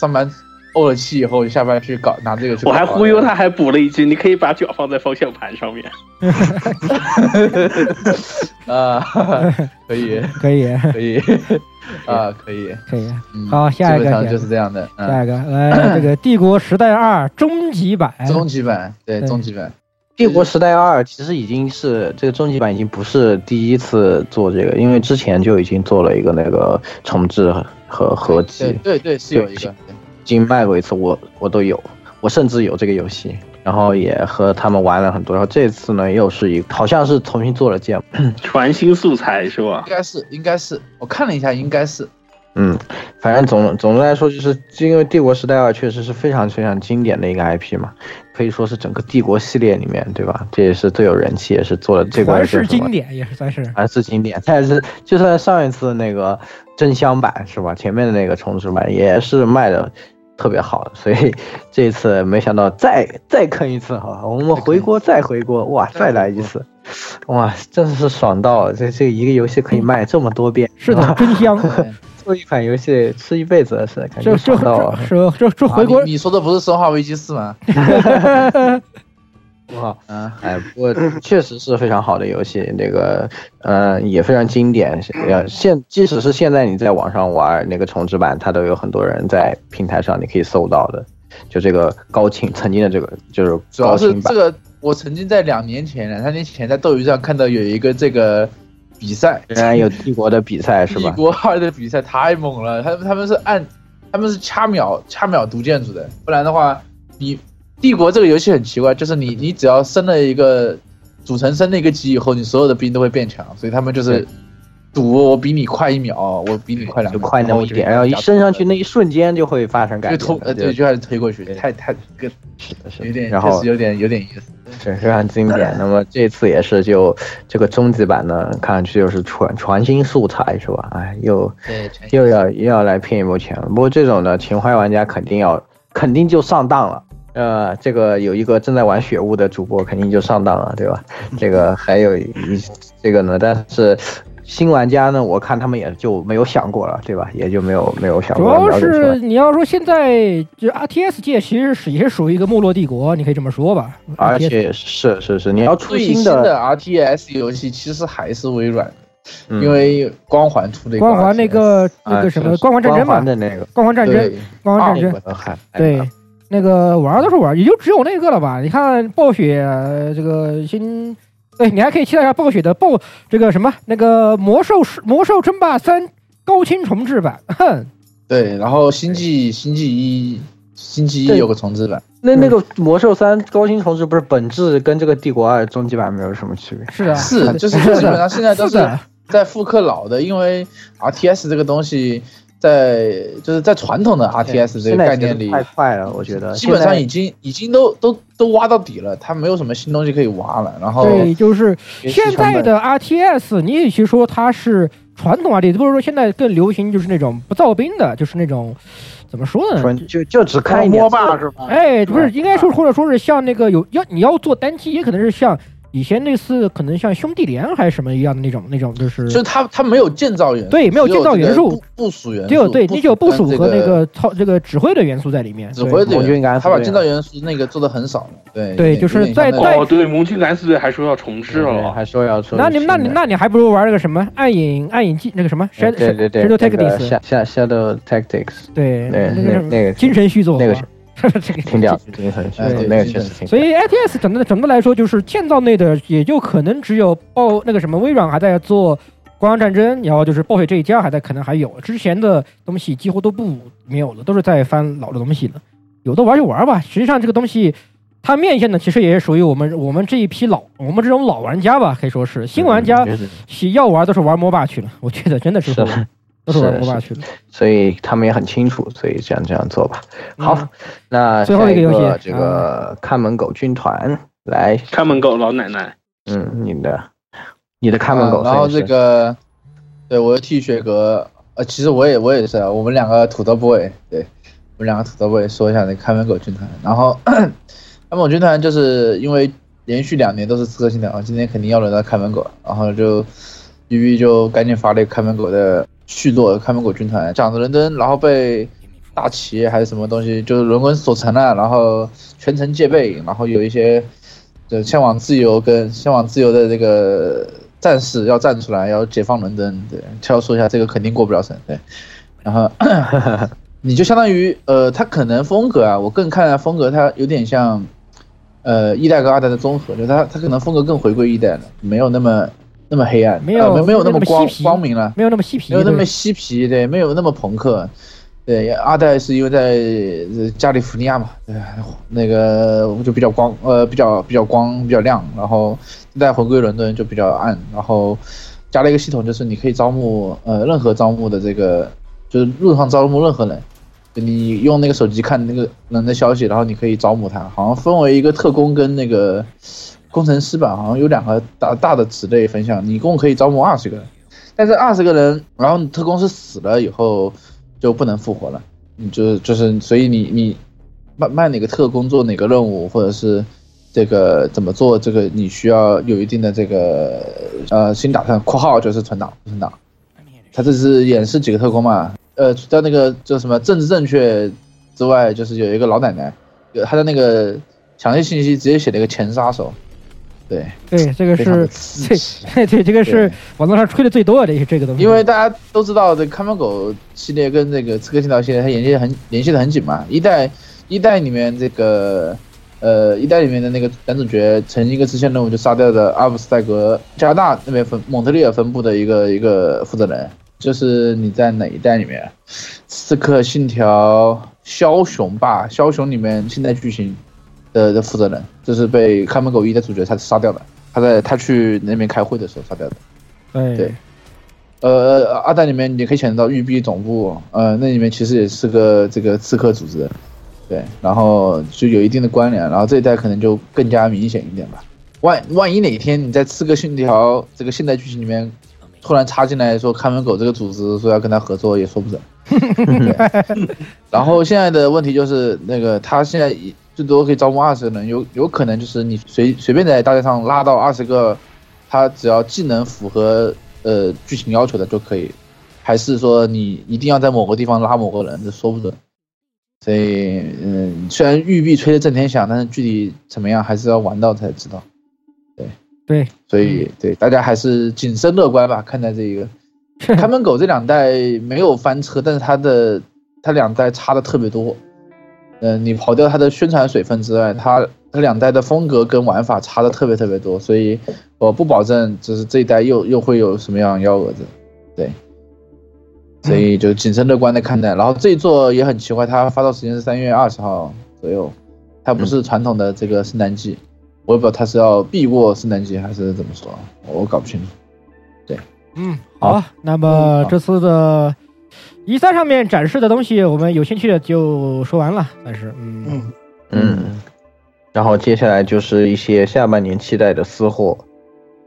上班怄了气以后，下班去搞拿这个去搞
我
的，
还忽悠他，还补了一句：“你可以把脚放在方向盘上面。
[LAUGHS]
[LAUGHS]
啊，可以
可以，[LAUGHS]
可以啊，可以，
可以。
嗯，
好下一个下
基本
一
上
个
就是这样的，嗯。
下一个，来这个《帝国时代二》终极版，
终极版，对
哎对
终极版，
《帝国时代二》其实已经是这个终极版已经不是第一次做这个，因为之前就已经做了一个那个重置和合
对
集，
对对，是有一个，
已经卖过一次，我我都有，我甚至有这个游戏，然后也和他们玩了很多。然后这次呢，又是一好像是重新做了建模，”
全新素材是吧？
应该是应该是，我看了一下，应该是，
嗯，反正总总的来说，就是因为《帝国时代二》确实是非常非常经典的一个 IP 嘛，可以说是整个帝国系列里面，对吧？这也是最有人气，也是做了这个
还
叫
是
什么
经典，也是算是。
还是经典，但是就算上一次那个真香版是吧？前面的那个重置版也是卖的特别好，所以这一次没想到再再坑一次哈，我们回锅再回锅，哇，再来一次，哇，真是爽到了！这这一个游戏可以卖这么多遍，
是的，真
[LAUGHS]
香！
[LAUGHS] 做一款游戏吃一辈子的事，感
这
觉
这
爽到了。
这这这
啊
回国
你你说的不是《生化危机四》 [LAUGHS] 吗？
哇，
嗯，
哎，不过确实是非常好的游戏，那个呃也非常经典。呃，现即使是现在你在网上玩那个重置版，它都有很多人在平台上你可以搜到的。就这个高清曾经的这个就是
主要
高
是
清版
这，个，我曾经在两年前、两三年前在斗鱼上看到有一个这个比赛，
仍然有帝国的比
[LAUGHS]
赛是
帝
吧？
国二的比赛太猛了，他们他们是按他们是掐秒掐秒读建筑的，不然的话，你帝国这个游戏很奇怪，就是你你只要升了一个主城升了一个级以后，你所有的兵都会变强，所以他们就是
对
赌我比你快一秒，我比你快两
就
秒，
快那么一点，然后一升上去那一瞬间就会发生
就
改变
推
的。
呃对，
就
就开始推过去，
对
太太个
是的，
有
是的。
点
然后
确实有点有点意思，
对，非常经典。那么这次也是就这个终极版呢，看上去又是全全新素材是吧？哎，又
对，
又要又要来骗一波钱了。不过这种呢，情怀玩家肯定要肯定就上当了。呃，这个有一个正在玩雪雾的主播肯定就上当了，对吧？
[LAUGHS]
这个还有一这个呢，但是新玩家呢，我看他们也就没有想过了，对吧？也就没有没有想
主
过
要
瞄准
是你要说现在就 RTS 界其实是也属于一个没落帝国，你可以这么说吧。
而
RTS
且是是是，你要出
最
新
新
的，
的 RTS 游戏其实还是微软，
嗯啊
因为光环出的
光环那个那个什么光环战争
呃光
吧
环，的那个，
光环战争，
对
光环战
那
争
个，我还哎
对，那个玩儿都是玩儿，也就只有那个了吧？你看暴雪呃这个新，对你还可以期待一下暴雪的暴这个什么那个魔兽世魔兽争霸三高清重置版，哼，
对，然后星际星际一星际一
对
有个重置版，
那那个魔兽三高清重置不是本质跟这个帝国二终极版没有什么区别？
是的，啊
是就是
是的
基本上现在都
是
是
的，
在复刻老的，因为 RTS 这个东西在就是在传统的 RTS 这
现
个
在
概
节奏
念里，
太快了，我觉得
基本上
现在
已经已经都都都挖到底了，它没有什么新东西可以挖了。然后
对，就是
哦学习
现
成
在
本
的 RTS，你与其说它是传统 RTS，不如说现在更流行就是那种不造兵的，就是那种怎么说呢？
纯就就只看一点
摸霸是吧？
哎，不是，应该说或者说是像那个有要你要做单机，也可能是像以前类似，可能像兄弟连还是什么一样的那种那种，就是
就是它它没有建造元素，
对没有
只有
建造元素
这个部，部署元素，
只有对你只有部署
跟
和
这
那个操这个指挥的元素在里面。
指挥
盟
的
军敢
元
死
素，它把
队
建
啊
造元素那个做的很少了。对
对
有
就是
点像
在
那种
在
哦，对，盟军敢死队还说要重置
对
哦，
还说要出
对那你
新
那你
的嗯
那你还不如玩那个什么暗影暗影技那个什么 Shadow
哎对对对
Shadow
那个
Tactics，
Sha- Sha- Shadow
[LAUGHS]
Tactics
对
那
那个什
那那
么
个
精神续作
那个
是
是
吧 [LAUGHS] 这个
挺屌，挺很
哎对
那
真
个呃确
的
实挺屌。
所以 ITS 整的整的来说，就是建造类的，也就可能只有暴那个什么微软还在做《光荣战争》，然后就是暴雪这一家还在，可能还有之前的东西几乎都不没有了，都是在翻老的东西了。有的玩就玩吧，实际上这个东西它面向的其实也是属于我们我们这一批老我们这种老玩家吧，可以说是新玩家
嗯就是
是要玩都是玩 MOBA 去了，我觉得真的是
是
玩都是玩
是
MOBA 去了。
所以他们也很清楚，所以这样这样做吧。
嗯
好，那
最后
下
一
一
个游戏啊
这个看门狗军团来，
看门狗老奶奶，
嗯，你的你的看门狗
啊
谁是，
然后这个，对我又替雪哥，呃，其实我也我也是啊，我们两个土豆 boy，对我们两个土豆 boy 说一下那个看门狗军团。然后 [CLEARS THROAT] 看门狗军团就是因为连续两年都是刺客信条，今天肯定要轮到看门狗了，然后就 B B 就赶紧发了一个看门狗的续作《看门狗军团》，讲着伦敦，然后被大旗还是什么东西，就是伦敦所成了，然后全城戒备，然后有一些就向往自由跟向往自由的这个战士要站出来，要解放伦敦。对，悄悄说一下，这个肯定过不了审。对，然后你就相当于呃，他可能风格啊，我更看啊风格，它有点像呃一代跟二代的综合，就它它可能风格更回归一代了，没有那么那么黑暗，
没有
呃没没有那么
没有那么
光
嬉皮
光明了。
没有那么嬉皮，
没有那
对
么嬉皮，对，没有那么朋克。对，二代是因为在呃加利福尼亚嘛，对，那个就比较光，呃，比较比较光，比较亮。然后一代回归伦敦就比较暗，然后加了一个系统，就是你可以招募呃任何招募的这个就是路上招募任何人，就你用那个手机看那个人的消息，然后你可以招募他。好像分为一个特工跟那个工程师吧，好像有两个大大的职类分项，你一共可以招募二十个人。但是二十个人，然后你特工师死了以后就不能复活了，你就就是所以你你卖卖哪个特工做哪个任务，或者是这个怎么做这个，你需要有一定的这个呃新打算（括号就是存档存档）。他这是演示几个特工嘛？呃，除掉那个叫什么政治正确之外，就是有一个老奶奶，呃她的那个详细信息直接写了一个前杀手，对，
对，这个
非常
是
的刺激。
[LAUGHS] 对对，这个是网络上吹的最多的这个这个东西，
因为大家都知道，这看门狗系列跟这个刺客信条系列它联系得很联系的很紧嘛。一代一代里面这个呃一代里面的那个男主角曾经一个支线任务就杀掉了阿姆斯泰格加拿大那边分蒙特利尔分部的一个一个负责人。就是你在哪一代里面，《刺客信条：枭雄》吧，《枭雄》里面现代剧情的的负责人，就是被看门狗一的主角他杀掉的，他在他去那边开会的时候杀掉的。
对
对呃，二代里面你可以选到育碧总部，呃，那里面其实也是个这个刺客组织，对，然后就有一定的关联，然后这一代可能就更加明显一点吧。万万一哪天你在《刺客信条》这个现代剧情里面突然插进来说看门狗这个组织说要跟他合作，也说不准。对然后现在的问题就是，那个他现在一最多可以招募二十个人，有有可能就是你随随便在大街上拉到二十个，他只要技能符合呃剧情要求的就可以，还是说你一定要在某个地方拉某个人，这说不准。所以，嗯，虽然玉璧吹得震天响，但是具体怎么样还是要玩到才知道。
对，
所以对大家还是谨慎乐观吧，看待这一个。看门狗这两代没有翻车，但是它的它两代差的特别多。嗯、你刨掉它的宣传水分之外，它它两代的风格跟玩法差的特别特别多，所以我不保证就是这一代又又会有什么样幺蛾子。对，所以就谨慎乐观的看待。然后这一座也很奇怪，它发售时间是三月二十号左右，它不是传统的这个圣诞季。我也不知道他是要避过圣诞节还是怎么说，我搞不清楚。
嗯，好啊，那么这次的一三上面展示的东西，我们有兴趣的就说完了，但是嗯，
嗯，
嗯，然后接下来就是一些下半年期待的私货，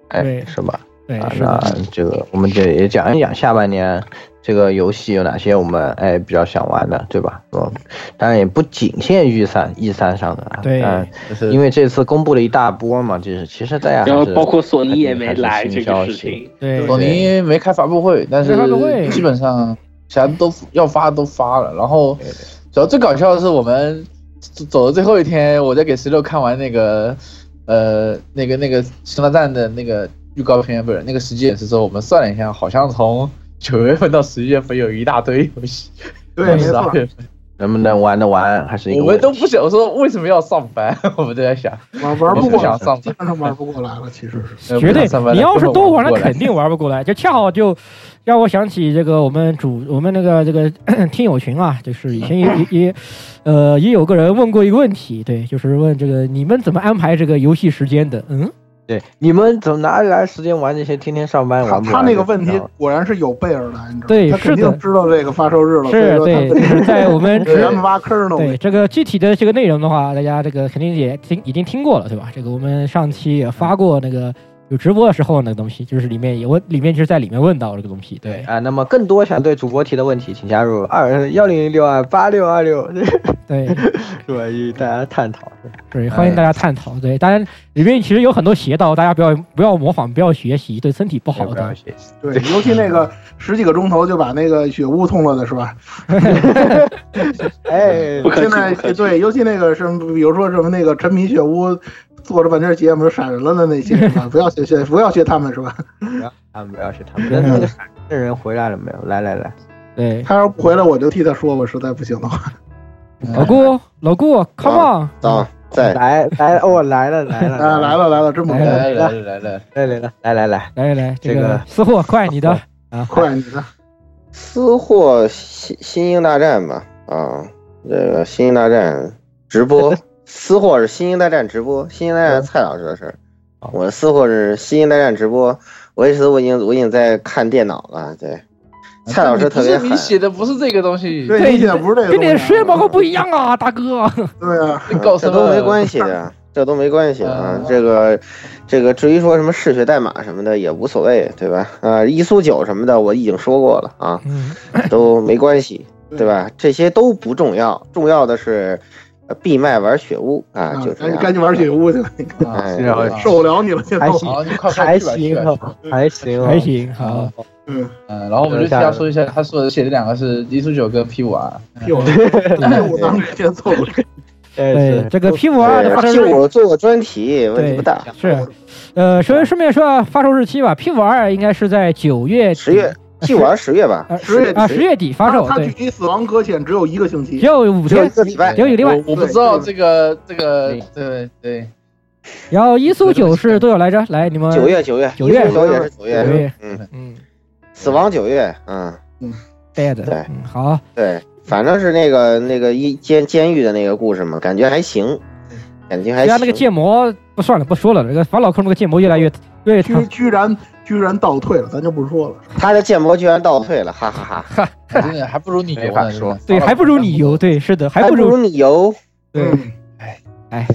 哎
对，
是吧？
对，
啊，
哎是
那
的，
这个我们就也讲一讲下半年这个游戏有哪些我们哎比较想玩的，对吧？嗯，当然也不仅限于三 E 三上的啊，
对
嗯，
就是
因为这次公布了一大波嘛，就是其实大家
然后
还啊是
包括索尼也没
还
来
是
这
新
个
消
事
息，
情，
对
索尼没开发布会，但是
没发布会
基本上啥都要发都发了。然后
对对
主要最搞笑的是，我们走走的最后一天，我在给十六看完那个呃那个那个星大战的那个预告片，不是那个实际演示之后，我们算了一下，好像从九月份到十一月份有一大堆游戏，
嗯对，没
十二
错，
月份
能不能玩得完还是一个
[LAUGHS] 我
问
们
题
都不想说为什么要上班， [LAUGHS] 我们都在想。
玩玩不
我不
过
想
来，
上
基本上玩不过来了，其实是。
呃
绝对
不想上班，了
你要是都玩了，
根本玩不过来
肯定玩不过来。就恰好就让我想起这个我们主我们那个这个 [CLEARS THROAT] 听友群啊，就是以前也也也呃也有个人问过一个问题，对，就是问这个你们怎么安排这个游戏时间的？嗯，
对，你们怎么哪里来时间玩这些？天天上班
他
玩不
他
完
那
就
个问
知
题
道了啊
果然是有备而来，你知道吗？
对
他肯
是的
定知道这个发售日了，所以
是
说他
对，就是在我 [LAUGHS]
[LAUGHS]
们
给咱们挖坑呢。我跟你
对这个具体的这个内容的话，大家这个肯定也听已经听过了，对吧？这个我们上期也发过那个有直播的时候那个东西，就是里面也问，里面就是在里面问到这个东西，对
啊，那么更多想对主播提的问题，请加入二幺零六二八六二六，
对，
是吧？与大家探讨。
对，欢迎大家探讨。对，当然里面其实有很多邪道，大家不要不要模仿，不要学习，对身体不好
要不要
的。
学习？
对，尤其那个十几个钟头就把那个血污通了的是吧？
哎
不，可取
现在
不可取
对，尤其那个什么，比如说什么那个沉迷血污，做了半天节目闪人了的那些是吧？不要学学，不要学他们是吧？
他们不要学他们。那那
嗯
个闪的人回来了没有？来来来，
[LAUGHS]
对，
他要不回来我就替他说，我实在不行的话，
老顾，老顾，come
啊，在
来来哦，来了来
[LAUGHS]
了
啊，来了来了，真猛，
来来来来来，
哎
来来了来来来，
on，来来，这
这
个
个
私货，快你的。
快你的，
私货新新英大战吧，啊，这个新英大战直
[LAUGHS]
播，私货是新英大战直播，新英大
嗯
战是蔡老师的事儿，我的私货是新英大战直播。我也是，我已经我已经在看电脑了，对，蔡老师特别
嗯不是
狠
你，写的不是这个东西，
对，你写的不是这个东西
跟
啊，
你的实验报告不一样啊，大哥。
对啊，
你搞
这
什
都
么
没关系的，这都没关系
哦
啊。这个，这个至于说什么嗜血代码什么的也无所谓，对吧？啊，一苏九什么的我已经说过了啊，
嗯，
都没关
[LAUGHS]
系，对吧？这些都不重要，重要的是呃闭麦玩血屋啊，
啊
就这
赶紧
样。
赶紧玩血屋去吧，你
啊
哎
然后
受不了你了，现在
还
都
行
好，你快快
还
去吧，
行
去吧
啊，还行
[LAUGHS]
啊，
还行，
啊
好，，
嗯，
嗯，然后我们就瞎说一下，他说的写的两个是一出九跟 P 五啊 R，
屁股，屁股当时先凑合。
对
对嗯是
这个 P 五二的发
对，
售
屁
日
股做过专题，问题不大。
是，呃，顺顺便说下发售日期吧，P 五二应该是在九月底
十月，屁股玩十月吧，
呃
十月底
啊十月底发售，
他距
对，
离死亡搁浅只有一个星期
只。有五
只有
天
一，个礼拜
只。有一个礼
我
拜。
我不知道这个这个对对，
然后一苏九是多久来着？来，你们
九月九月
呃九月
九月是九
九
月，
月，
嗯，
嗯，
死亡九月，嗯，
对的，
对
嗯，好，
对，反正是那个那个一监监狱的那个故事嘛，感觉还行，感觉还
虽
行。
然那个建模不算了，不说了，这个法老控这个建模越来越越来越
居
疼，
居然居然倒退了，咱就不说了。
他的建模居然倒退了，哈哈哈
真的还不如你
没法说
对，还不如你油，对，是的，还
还
不
如
如
你游。
对，
嗯
哎，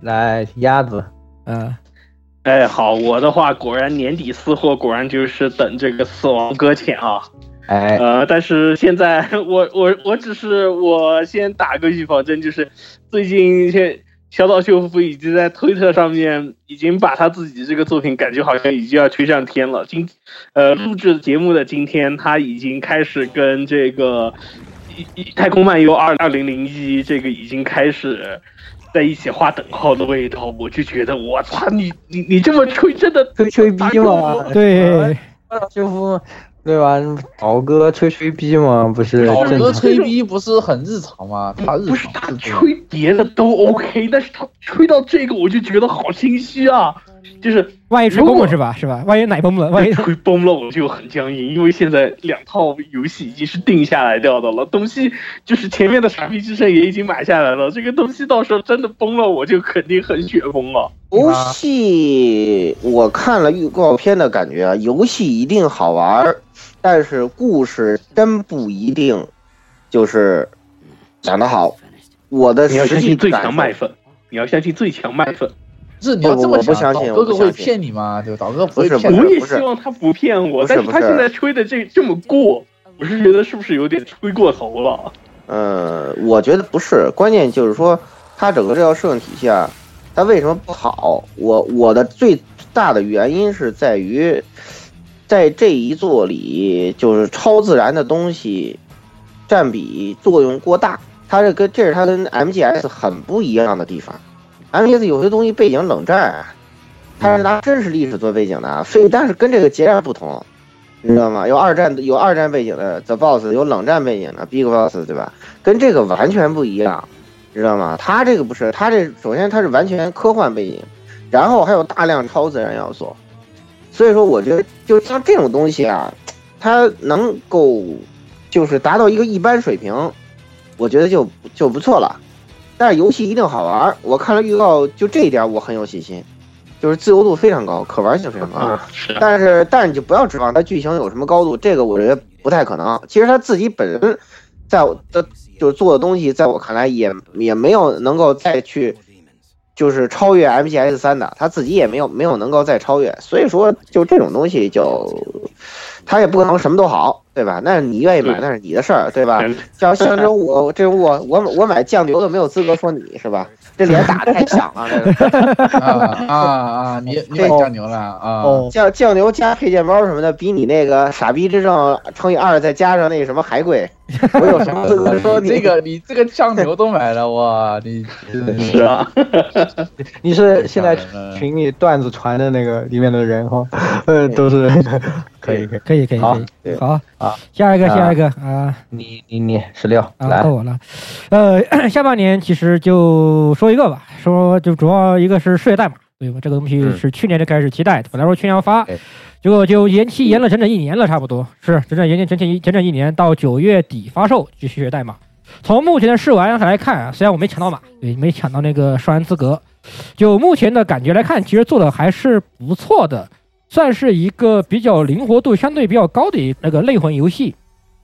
来鸭子，
嗯，
哎，好，我的话果然年底私货，果然就是等这个死亡搁浅啊。
哎，
呃，但是现在我我我只是我先打个预防针，就是最近现小岛秀夫已经在推特上面已经把他自己这个作品感觉好像已经要推上天了。今呃录制节目的今天，他已经开始跟这个《一一太空漫游二二零零一》这个已经开始。在一起画等号的味道，我就觉得我操你你你这么吹真的
吹吹逼啊嘛，
对，
哎就夫对吧？豪哥吹吹逼嘛，不
[LAUGHS]
是
老
正
哥
常。
吹逼不是很日常吗？他日
不是他
常这样
吹别的都 OK，但是他吹到这个我就觉得好心虚啊，就是
万一吹崩
如
了
果
是吧？是吧？万一奶崩了， [LAUGHS] 万一
吹崩了我就很僵硬，因为现在两套游戏已经是定下来掉的了，东西就是前面的傻逼之声也已经买下来了，这个东西到时候真的崩了我就肯定很雪崩了。
游戏我看了预告片的感觉啊，游戏一定好玩儿，但是故事真不一定就是讲得好。我的
你要
实
相
际
信最
感
强
受
麦粉，你要相信最强麦粉，
不是你要这么
我不相
想，
信
导哥哥
我不相
会
信
骗你吗？对吧？导哥不会
不是
骗
不
你
我
是。
也希望他不骗我，
不是
但是他
不是
现在吹的这这么过，我是觉得是不是有点吹过头了？
呃，我觉得不是，关键就是说，它整个这套设定体系啊，它为什么不好？我我的最大的原因是在于，在这一座里，就是超自然的东西占比作用过大。它这跟这是它跟 MGS 很不一样的地方。MGS 有些东西背景冷战啊，它是拿真实历史做背景的啊，所以但是跟这个截然不同。你知道吗？有二战有二战背景的 The Boss，有冷战背景的 Big Boss，对吧？跟这个完全不一样，知道吗？他这个不是，他这首先他是完全科幻背景，然后还有大量超自然要素，所以说我觉得就像这种东西啊，它能够就是达到一个一般水平，我觉得就就不错了。但是游戏一定好玩儿，我看了预告，就这一点我很有信心，就是自由度非常高，可玩性非常高。
啊，是啊
但是但是你就不要指望它剧情有什么高度，这个我觉得不太可能。其实他自己本人在我的就是做的东西，在我看来也也没有能够再去就是超越 MGS 三的，他自己也没有没有能够再超越。所以说，就这种东西就他也不可能什么都好，对吧？那你愿意买
对
那是你的事儿，对吧
嗯？
像像这种我这种我我我买酱油的没有资格说你是吧？这脸打得太响
[LAUGHS]
了，这个。
啊啊啊！你
[LAUGHS]
你买酱牛了啊？
哦，
酱酱牛加配件包什么的，比你那个傻逼之证乘以二，再加上那什么还贵。我有
[LAUGHS]
什么资格说
呃你这个你这个酱牛都买了哇！
[LAUGHS]
你
是啊，
你是现在
吓人了
群里段子传的那个里面的人哈，呃， [LAUGHS] 都是可以可以。
可以可以
好
可以，
对
好
好，
下一个
啊
下一个啊。
你你你十六
啊，
来
到，我了。呃， [CLEARS THROAT] 下半年其实就说一个吧，说就主要一个是世界代码，对吧？这个东西
嗯哎
是去年就开始期待的，本来说去年要发
对，
结果就延期延了整整一年了，差不多是整整延期整整一整整一年，到九月底发售这世界代码。从目前的试玩来看啊，虽然我没抢到码，对，没抢到那个试玩资格，就目前的感觉来看，其实做的还是不错的。算是一个比较灵活度相对比较高的一那个类魂游戏。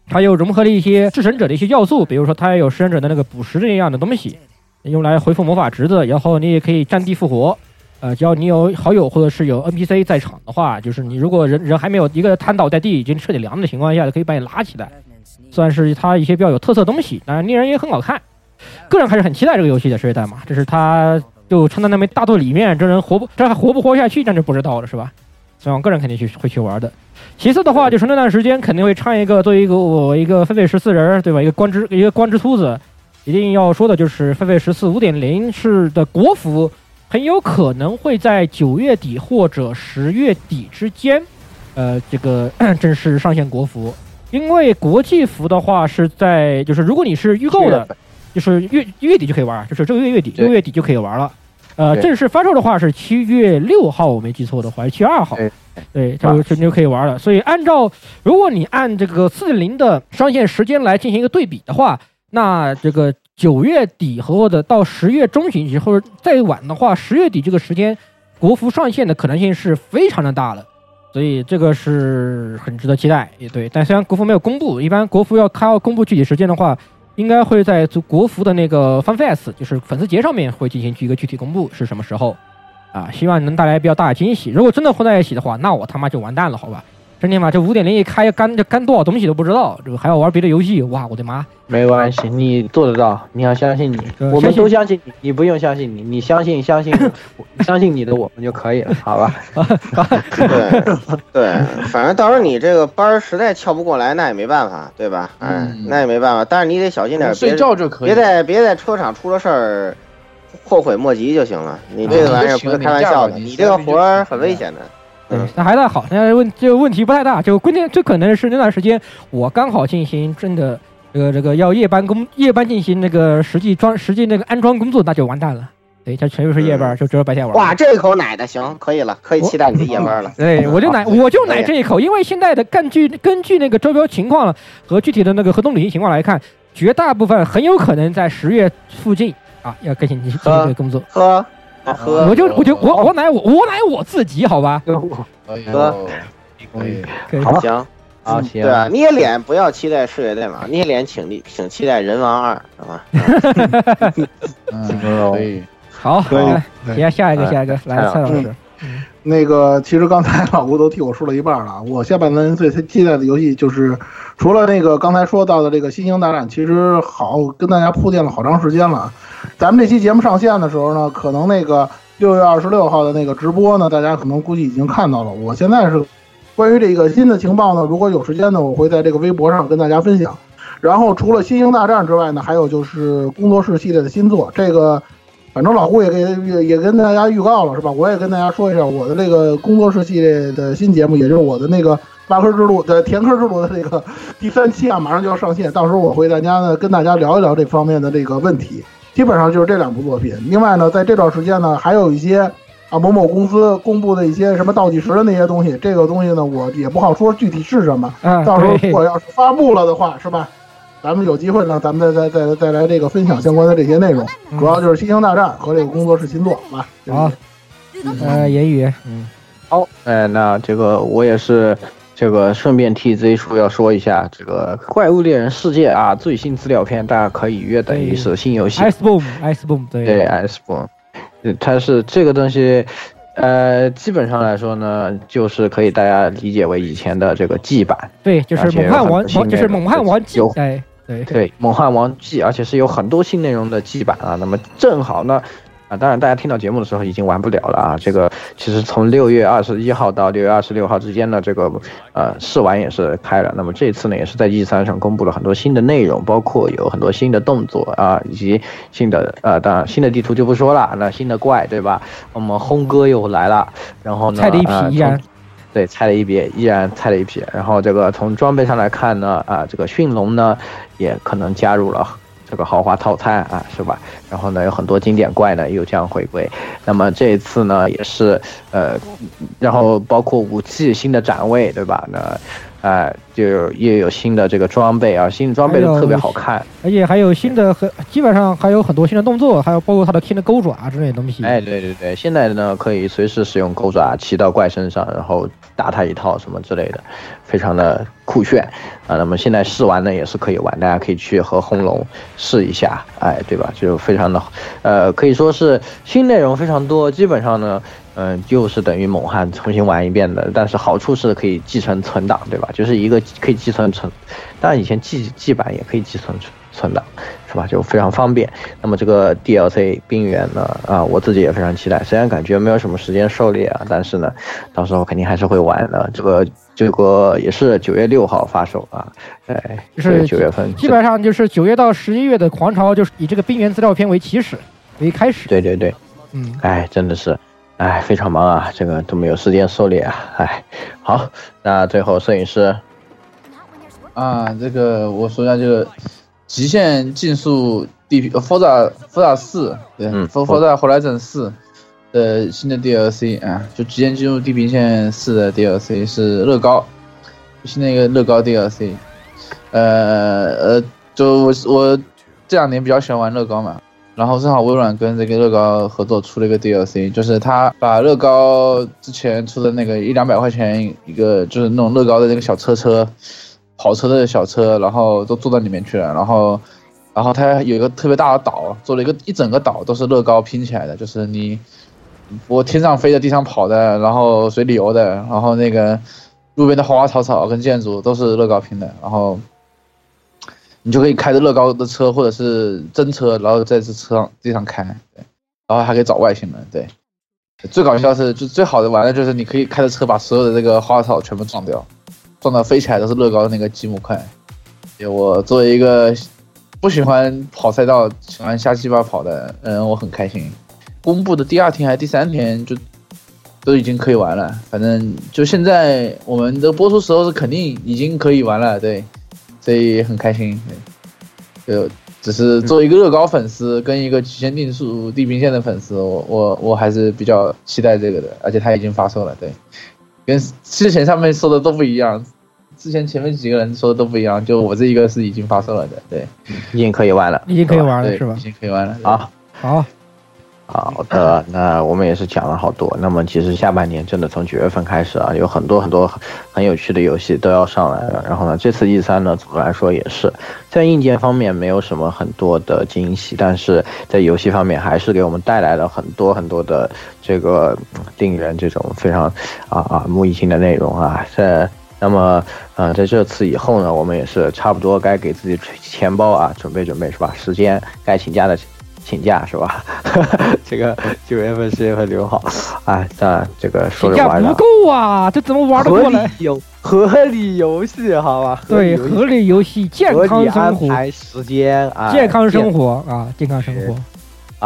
它又融合了一些弑神者的一些要素，比如说它也有弑神者的那个捕食这样的东西，用来回复魔法值的。然后你也可以战地复活，呃，只要你有好友或者是有 NPC 在场的话，就是你如果人人还没有一个瘫倒在地已经彻底凉的情况下，可以把你拉起来，算是它一些比较有特色的东西。当然，猎人也很好看，个人还是很期待这个游戏的《世界代码》，这是它就撑在那边大作里面，这人活不这还活不活下去，那就不知道了，是吧？所以我个人肯定去会去玩的。其次的话，就是那段时间肯定会唱一个，作为一个我一个狒狒十四人儿，对吧？一个官之一个官之秃子，一定要说的就是狒狒十四五点零是的国服，很有可能会在九月底或者十月底之间，呃，这个 [CLEARS THROAT] 正式上线国服。因为国际服的话是在，就是如果你是预购的，就是月月底就可以玩儿，就是这个月月底
对
六月底就可以玩了。呃，
对
正式发售的话是七月六号，我没记错的话，七月二号
对。
对，它就就就可以玩了。所以按照如果你按这个四点零的上线时间来进行一个对比的话，那这个九月底和或者到十月中旬以后再晚的话，十月底这个时间国服上线的可能性是非常的大的。所以这个是很值得期待，也对。但虽然国服没有公布，一般国服要它要公布具体时间的话，应该会在国服的那个 FanFest，就是粉丝节上面会进行一个具体公布是什么时候啊？希望能带来比较大的惊喜。如果真的混在一起的话，那我他妈就完蛋了，好吧？真的吗？这五点零一开干这干多少东西都不知道，这个还要玩别的游戏，哇，我的妈！
没关系，你做得到，你要相信你，
嗯
我
相
们
信
都相信你，你不用相信你，你相信
[LAUGHS]
相信我，相信你的我们就可以了，好吧？
对对，反正到时候你这个班儿实在翘不过来，那也没办法，对吧？哎，
嗯
那也没办法，但是你得小心点儿，
睡
别
觉就可以
别。在别在车场出了事儿，后悔莫及就行了。你这个玩意儿不是开玩笑的，
啊
你这个活儿很危险的。
对
嗯，
那还算好，那问这个问题不太大，就关键最可能是那段时间我刚好进行真的这个这个要夜班工夜班进行那个实际装实际那个安装工作，那就完蛋了。对，它全部是夜班，就只有白天玩。
哇，这口奶的行，可以了，可以期待你的夜班了。
对，我就奶我就奶这一口，因为现在的根据根据那个周标情况和具体的那个合同履行情况来看，绝大部分很有可能在十月附近啊要更新进行这个工作。
喝喝
我就我就我我奶我我奶我自己好吧？
哎呦
哥
可以
可以
好
行，
嗯好，行
对，啊，捏脸不要期待世界代码，捏脸请力请期待人王二，好吧？
嗯，
容
可以。
好，
可以
来，
对
下下一个下一个，来
嗯
蔡老师。
那个，其实刚才老吴都替我说了一半了啊。我下半年最期待的游戏就是，除了那个刚才说到的这个《新兴大战》，其实好跟大家铺垫了好长时间了啊。咱们这期节目上线的时候呢，可能那个六月二十六号的那个直播呢，大家可能估计已经看到了。我现在是关于这个新的情报呢，如果有时间呢，我会在这个微博上跟大家分享。然后除了《新兴大战》之外呢，还有就是工作室系列的新作，这个。反正老顾也给也也跟大家预告了是吧？我也跟大家说一下，我的这个工作室系列的新节目，也就是我的那个挖坑之路的填坑之路的这个第三期啊，马上就要上线，到时候我会大家呢跟大家聊一聊这方面的这个问题。基本上就是这两部作品。另外呢，在这段时间呢，还有一些啊某某公司公布的一些什么倒计时的那些东西，这个东西呢，我也不好说具体是什么。
啊，
到时候
对
如果要是发布了的话，是吧？咱们有机会呢，咱们再再再再来这个分享相关的这些内容，
嗯
主要就是《星星大战》和这个工作室新作，啊好吧？
好，
啊
呃，言语，嗯，
好，哎，那这个我也是，这个顺便替 Z 叔要说一下，这个《怪物猎人世界》啊，最新资料片，大家可以约等一
哎
时新游戏。
Ice Boom，Ice Boom，
对
对，
，S 波，呃它是这个东西，呃，基本上来说呢，就是可以大家理解为以前的这个 G 版，
对，就是
而且
猛汉
有
王，
很多
王就是
新内容
猛汉王
有
哎，对，
对，《猛汉王 G》，而且是有很多新内容的 G 版啊。那么正好呢，啊，当然大家听到节目的时候已经玩不了了啊。这个其实从六月二十一号到六月二十六号之间呢，这个呃试玩也是开了。那么这次呢，也是在 E 3上公布了很多新的内容，包括有很多新的动作啊，以及新的呃，当然新的地图就不说了，那新的怪对吧？我们轰哥又来了，然后呢，
菜的一
呃
批依然
从对，菜了一笔，依然菜了一笔。然后这个从装备上来看呢，啊，这个驯龙呢也可能加入了这个豪华套餐啊，是吧？然后呢，有很多经典怪呢又将回归。那么这一次呢，也是呃，然后包括武器新的展位，对吧？那哎、就有又有新的这个装备啊，新的装备都特别好看，
而且还有新的很，基本上还有很多新的动作，还有包括它的新的钩爪啊之类的东西。
哎，对对对，现在呢可以随时使用钩爪骑到怪身上，然后打他一套什么之类的，非常的酷炫啊。那么现在试玩呢也是可以玩，大家可以去和红龙试一下，哎，对吧？就非常的，呃，可以说是新内容非常多，基本上呢。嗯，就是等于猛汉重新玩一遍的，但是好处是可以继承存档，对吧？就是一个可以继承存，当然以前 G G 版也可以继承存存档，是吧？就非常方便。那么这个 DLC 冰原呢，啊，我自己也非常期待，虽然感觉没有什么时间狩猎啊，但是呢，到时候肯定还是会玩的。这个这个也是九月六号发售啊，哎，
就是
九月份，
基本上就是九月到十一月的狂潮，就是以这个冰原资料片为起始为开始。
对对对，
嗯，
哎，真的是。哎，非常忙啊，这个都没有时间狩猎啊。哎，好，那最后摄影师，
啊，这个我说一下，这个极限竞速 D P Forza Forza 四，对、
嗯
f o r z a Horizon 四的新的 DLC 啊，就极限竞速地平线四的 DLC 是乐高，是那个乐高 DLC，呃呃，就我我这两年比较喜欢玩乐高嘛，然后正好微软跟这个乐高合作出了一个 DLC，就是他把乐高之前出的那个一两百块钱一个，就是那种乐高的那个小车车，跑车的小车，然后都做到里面去了，然后，然后他有一个特别大的岛，做了一个一整个岛都是乐高拼起来的，就是你，我天上飞的，地上跑的，然后水里游的，然后那个路边的花花草草跟建筑都是乐高拼的，然后。你就可以开着乐高的车或者是真车，然后在这车上地上开，对，然后还可以找外星人，对。最搞笑的是，就最好的玩的就是你可以开着车把所有的这个花草全部撞掉，撞到飞起来都是乐高的那个积木块。对我作为一个不喜欢跑赛道、喜欢瞎鸡巴跑的人，我很开心。公布的第二天还是第三天就都已经可以玩了，反正就现在我们的播出时候是肯定已经可以玩了，对。所以很开心。对就只是作为一个乐高粉丝
嗯
跟一个极限定速地平线的粉丝，我我我还是比较期待这个的，而且它已经发售了，对，跟之前上面说的都不一样，之前前面几个人说的都不一样，就我这一个是已经发售了的，对，
已经可以玩了。
已经可以玩了
对
是吧
已？经可以玩了
好，
好，
好的，那我们也是讲了好多。那么其实下半年真的从九月份开始啊，有很多很多很有趣的游戏都要上来了。然后呢，这次 E 三呢，总的来说也是在硬件方面没有什么很多的惊喜，但是在游戏方面还是给我们带来了很多很多的这个嗯令人这种非常啊耳目一新的内容啊。在那么，呃，在这次以后呢，我们也是差不多该给自己钱包啊准备准备是吧？时间该请假的请假是吧？ [LAUGHS] 这个九月份、十月份留好啊。那这个说
评
着
价
玩
不
着，
够啊，这怎么玩得
合
过
理
来？
游合理游戏好吧？合理
对，
游戏
合理游戏，健
合
康
理
生
安
活，
排时间啊，
健康生活啊，健康生活。
好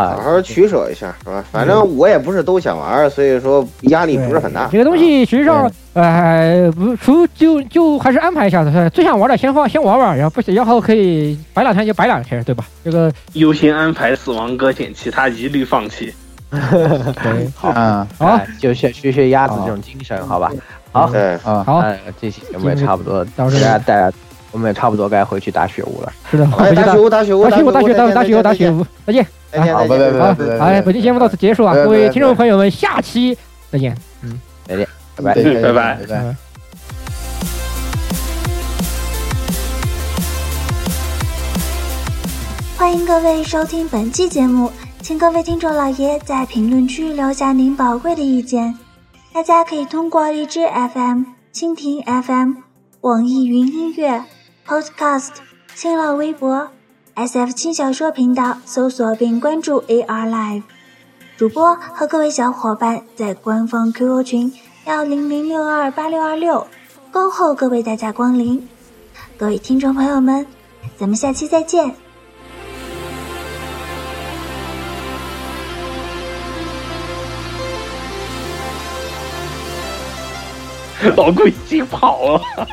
啊。
好取舍一下，是吧？反正我也不是都想玩，所以说压力不是很大。
这个东西实际上，呃，不，除就就还是安排一下的，最想玩的先放先玩玩，然后不行，然后可以摆两天就摆两天，对吧？这个
优先安排死亡搁浅，其他一律放弃。
对，
好
啊
好
啊，就学学学鸭子这种精神，好吧？好，
对，
嗯啊，
好，
那这期节目也差不多，
到
大
这里
家大家我们也差不多该回去打雪屋了。
是的，
哎，
回去
打
打
雪屋，打雪屋，
打雪舞，打
打
雪打
打
打雪舞，打雪，舞，再见。
再见，再见，再见
好
拜拜，
好，本期节目到此结束啊，
拜拜
各位
拜拜
听众朋友们，下期再见。
拜拜。
对
拜拜
拜拜。
欢迎各位收听本期节目，请各位听众老爷在评论区留下您宝贵的意见。大家可以通过荔枝 FM、蜻蜓 FM、网易云音乐、Podcast、新浪微博、SF 轻小说频道搜索并关注 AR Live。主播和各位小伙伴在官方 QQ 群幺零零六二八六二六恭候各位大驾光临。各位听众朋友们，咱们下期再见。
老顾已经跑啊了。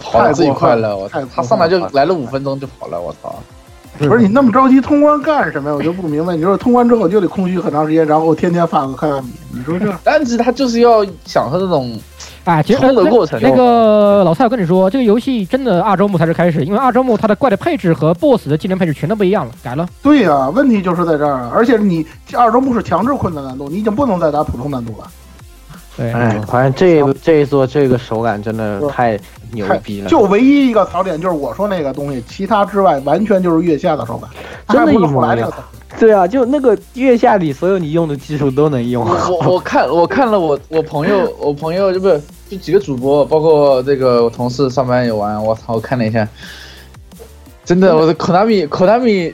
跑的最快了，我
太
操
过分了
他上来就来了五分钟就跑了，我操！
不是你那么着急通关干什么呀？我就不明白。你说通关之后你就得空虚很长时间，然后天天发个看看米，你说这
但是他就是要享受这种
啊，其实
通的过程
那个老蔡，我跟你说，这个游戏真的二周目才是开始，因为二周目它的怪的配置和 BOSS 的技能配置全都不一样了，改了。
对呀、问题就是在这儿，啊而且你二周目是强制困难难度，你已经不能再打普通难度了。
对，
哎，反正这这一座这个手感真的太牛
太
逼了，
就唯一一个槽点就是我说那个东西，其他之外完全就是月下的手感，
真
还
的
不
一
是后
模
来
一
那
样
个。。
对啊，就那个月下里所有你用的技术都能用。
我我我看我看了我我朋友我朋友就不是就几个主播，包括这个我同事上班也玩，我操，我看了一下，真的，我的 Konami Konami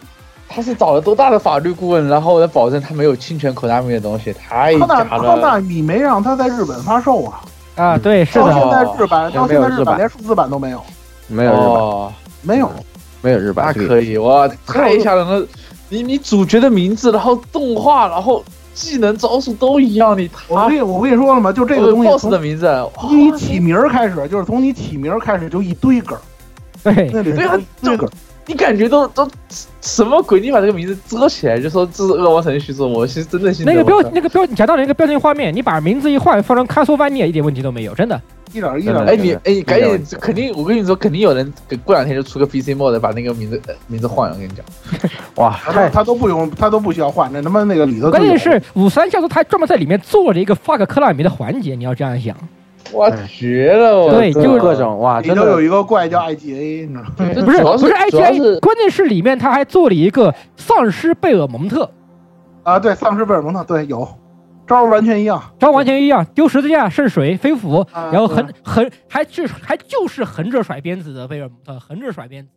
他是找了多大的法律顾问，然后我来保证他没有侵权 Konami 的东西，太
康纳
假
康纳
了。
米没让他在日本发售啊，
啊，对，是
到
的，
现在日版
也
到
哦没
现
有
在
日版嗯
版连数字版都没有，
没有日版，
哦，
没有。
没有日
那
版，这个
可以，哇，太吓人了！你你主角的名字，然后动画，然后技能招数都一样，你
我
他
跟你我跟你说了嘛，就这个东
呃 boss
西
的
从
名字，
从你起名儿开始，就是从你起名儿开始就一堆梗儿，
对，
那里
对啊
头一堆梗儿。
你感觉都都什么鬼？你把这个名字遮起来，就说这是恶魔城续作，我是真的信
那个标那个标，你讲到那个标签画面，你把名字一换，放成 Castlevania 一点问题都没有，真的。
一点儿一
真
点
的
儿。
哎你哎你赶
没有
紧肯定，我跟你说肯定有人过两天就出个 PC mod 把那个名字、呃名字换了，我跟你讲。
哇，
他
太
他都不用，他都不需要换，那他妈那个里头就有。
关键是五三教授他还专门在里面做了一个 fuck 克拉米的环节，你要这样想。
哇，绝了！我
对就是
各种哇，
里
真
头
的
有一个怪叫 IGA，你知道吗？
这
不是
主要
不
是
是哎 I
主
G
要
A，
是
关键是里面他还做了一个丧尸贝尔蒙特，
啊，对，丧尸贝尔蒙特，对，有招儿完全一样。
招完全一样，丢十字架、渗水、飞斧，
啊
然后呃
对
横横还是还就是横着甩鞭子的贝尔蒙特，横着甩鞭子。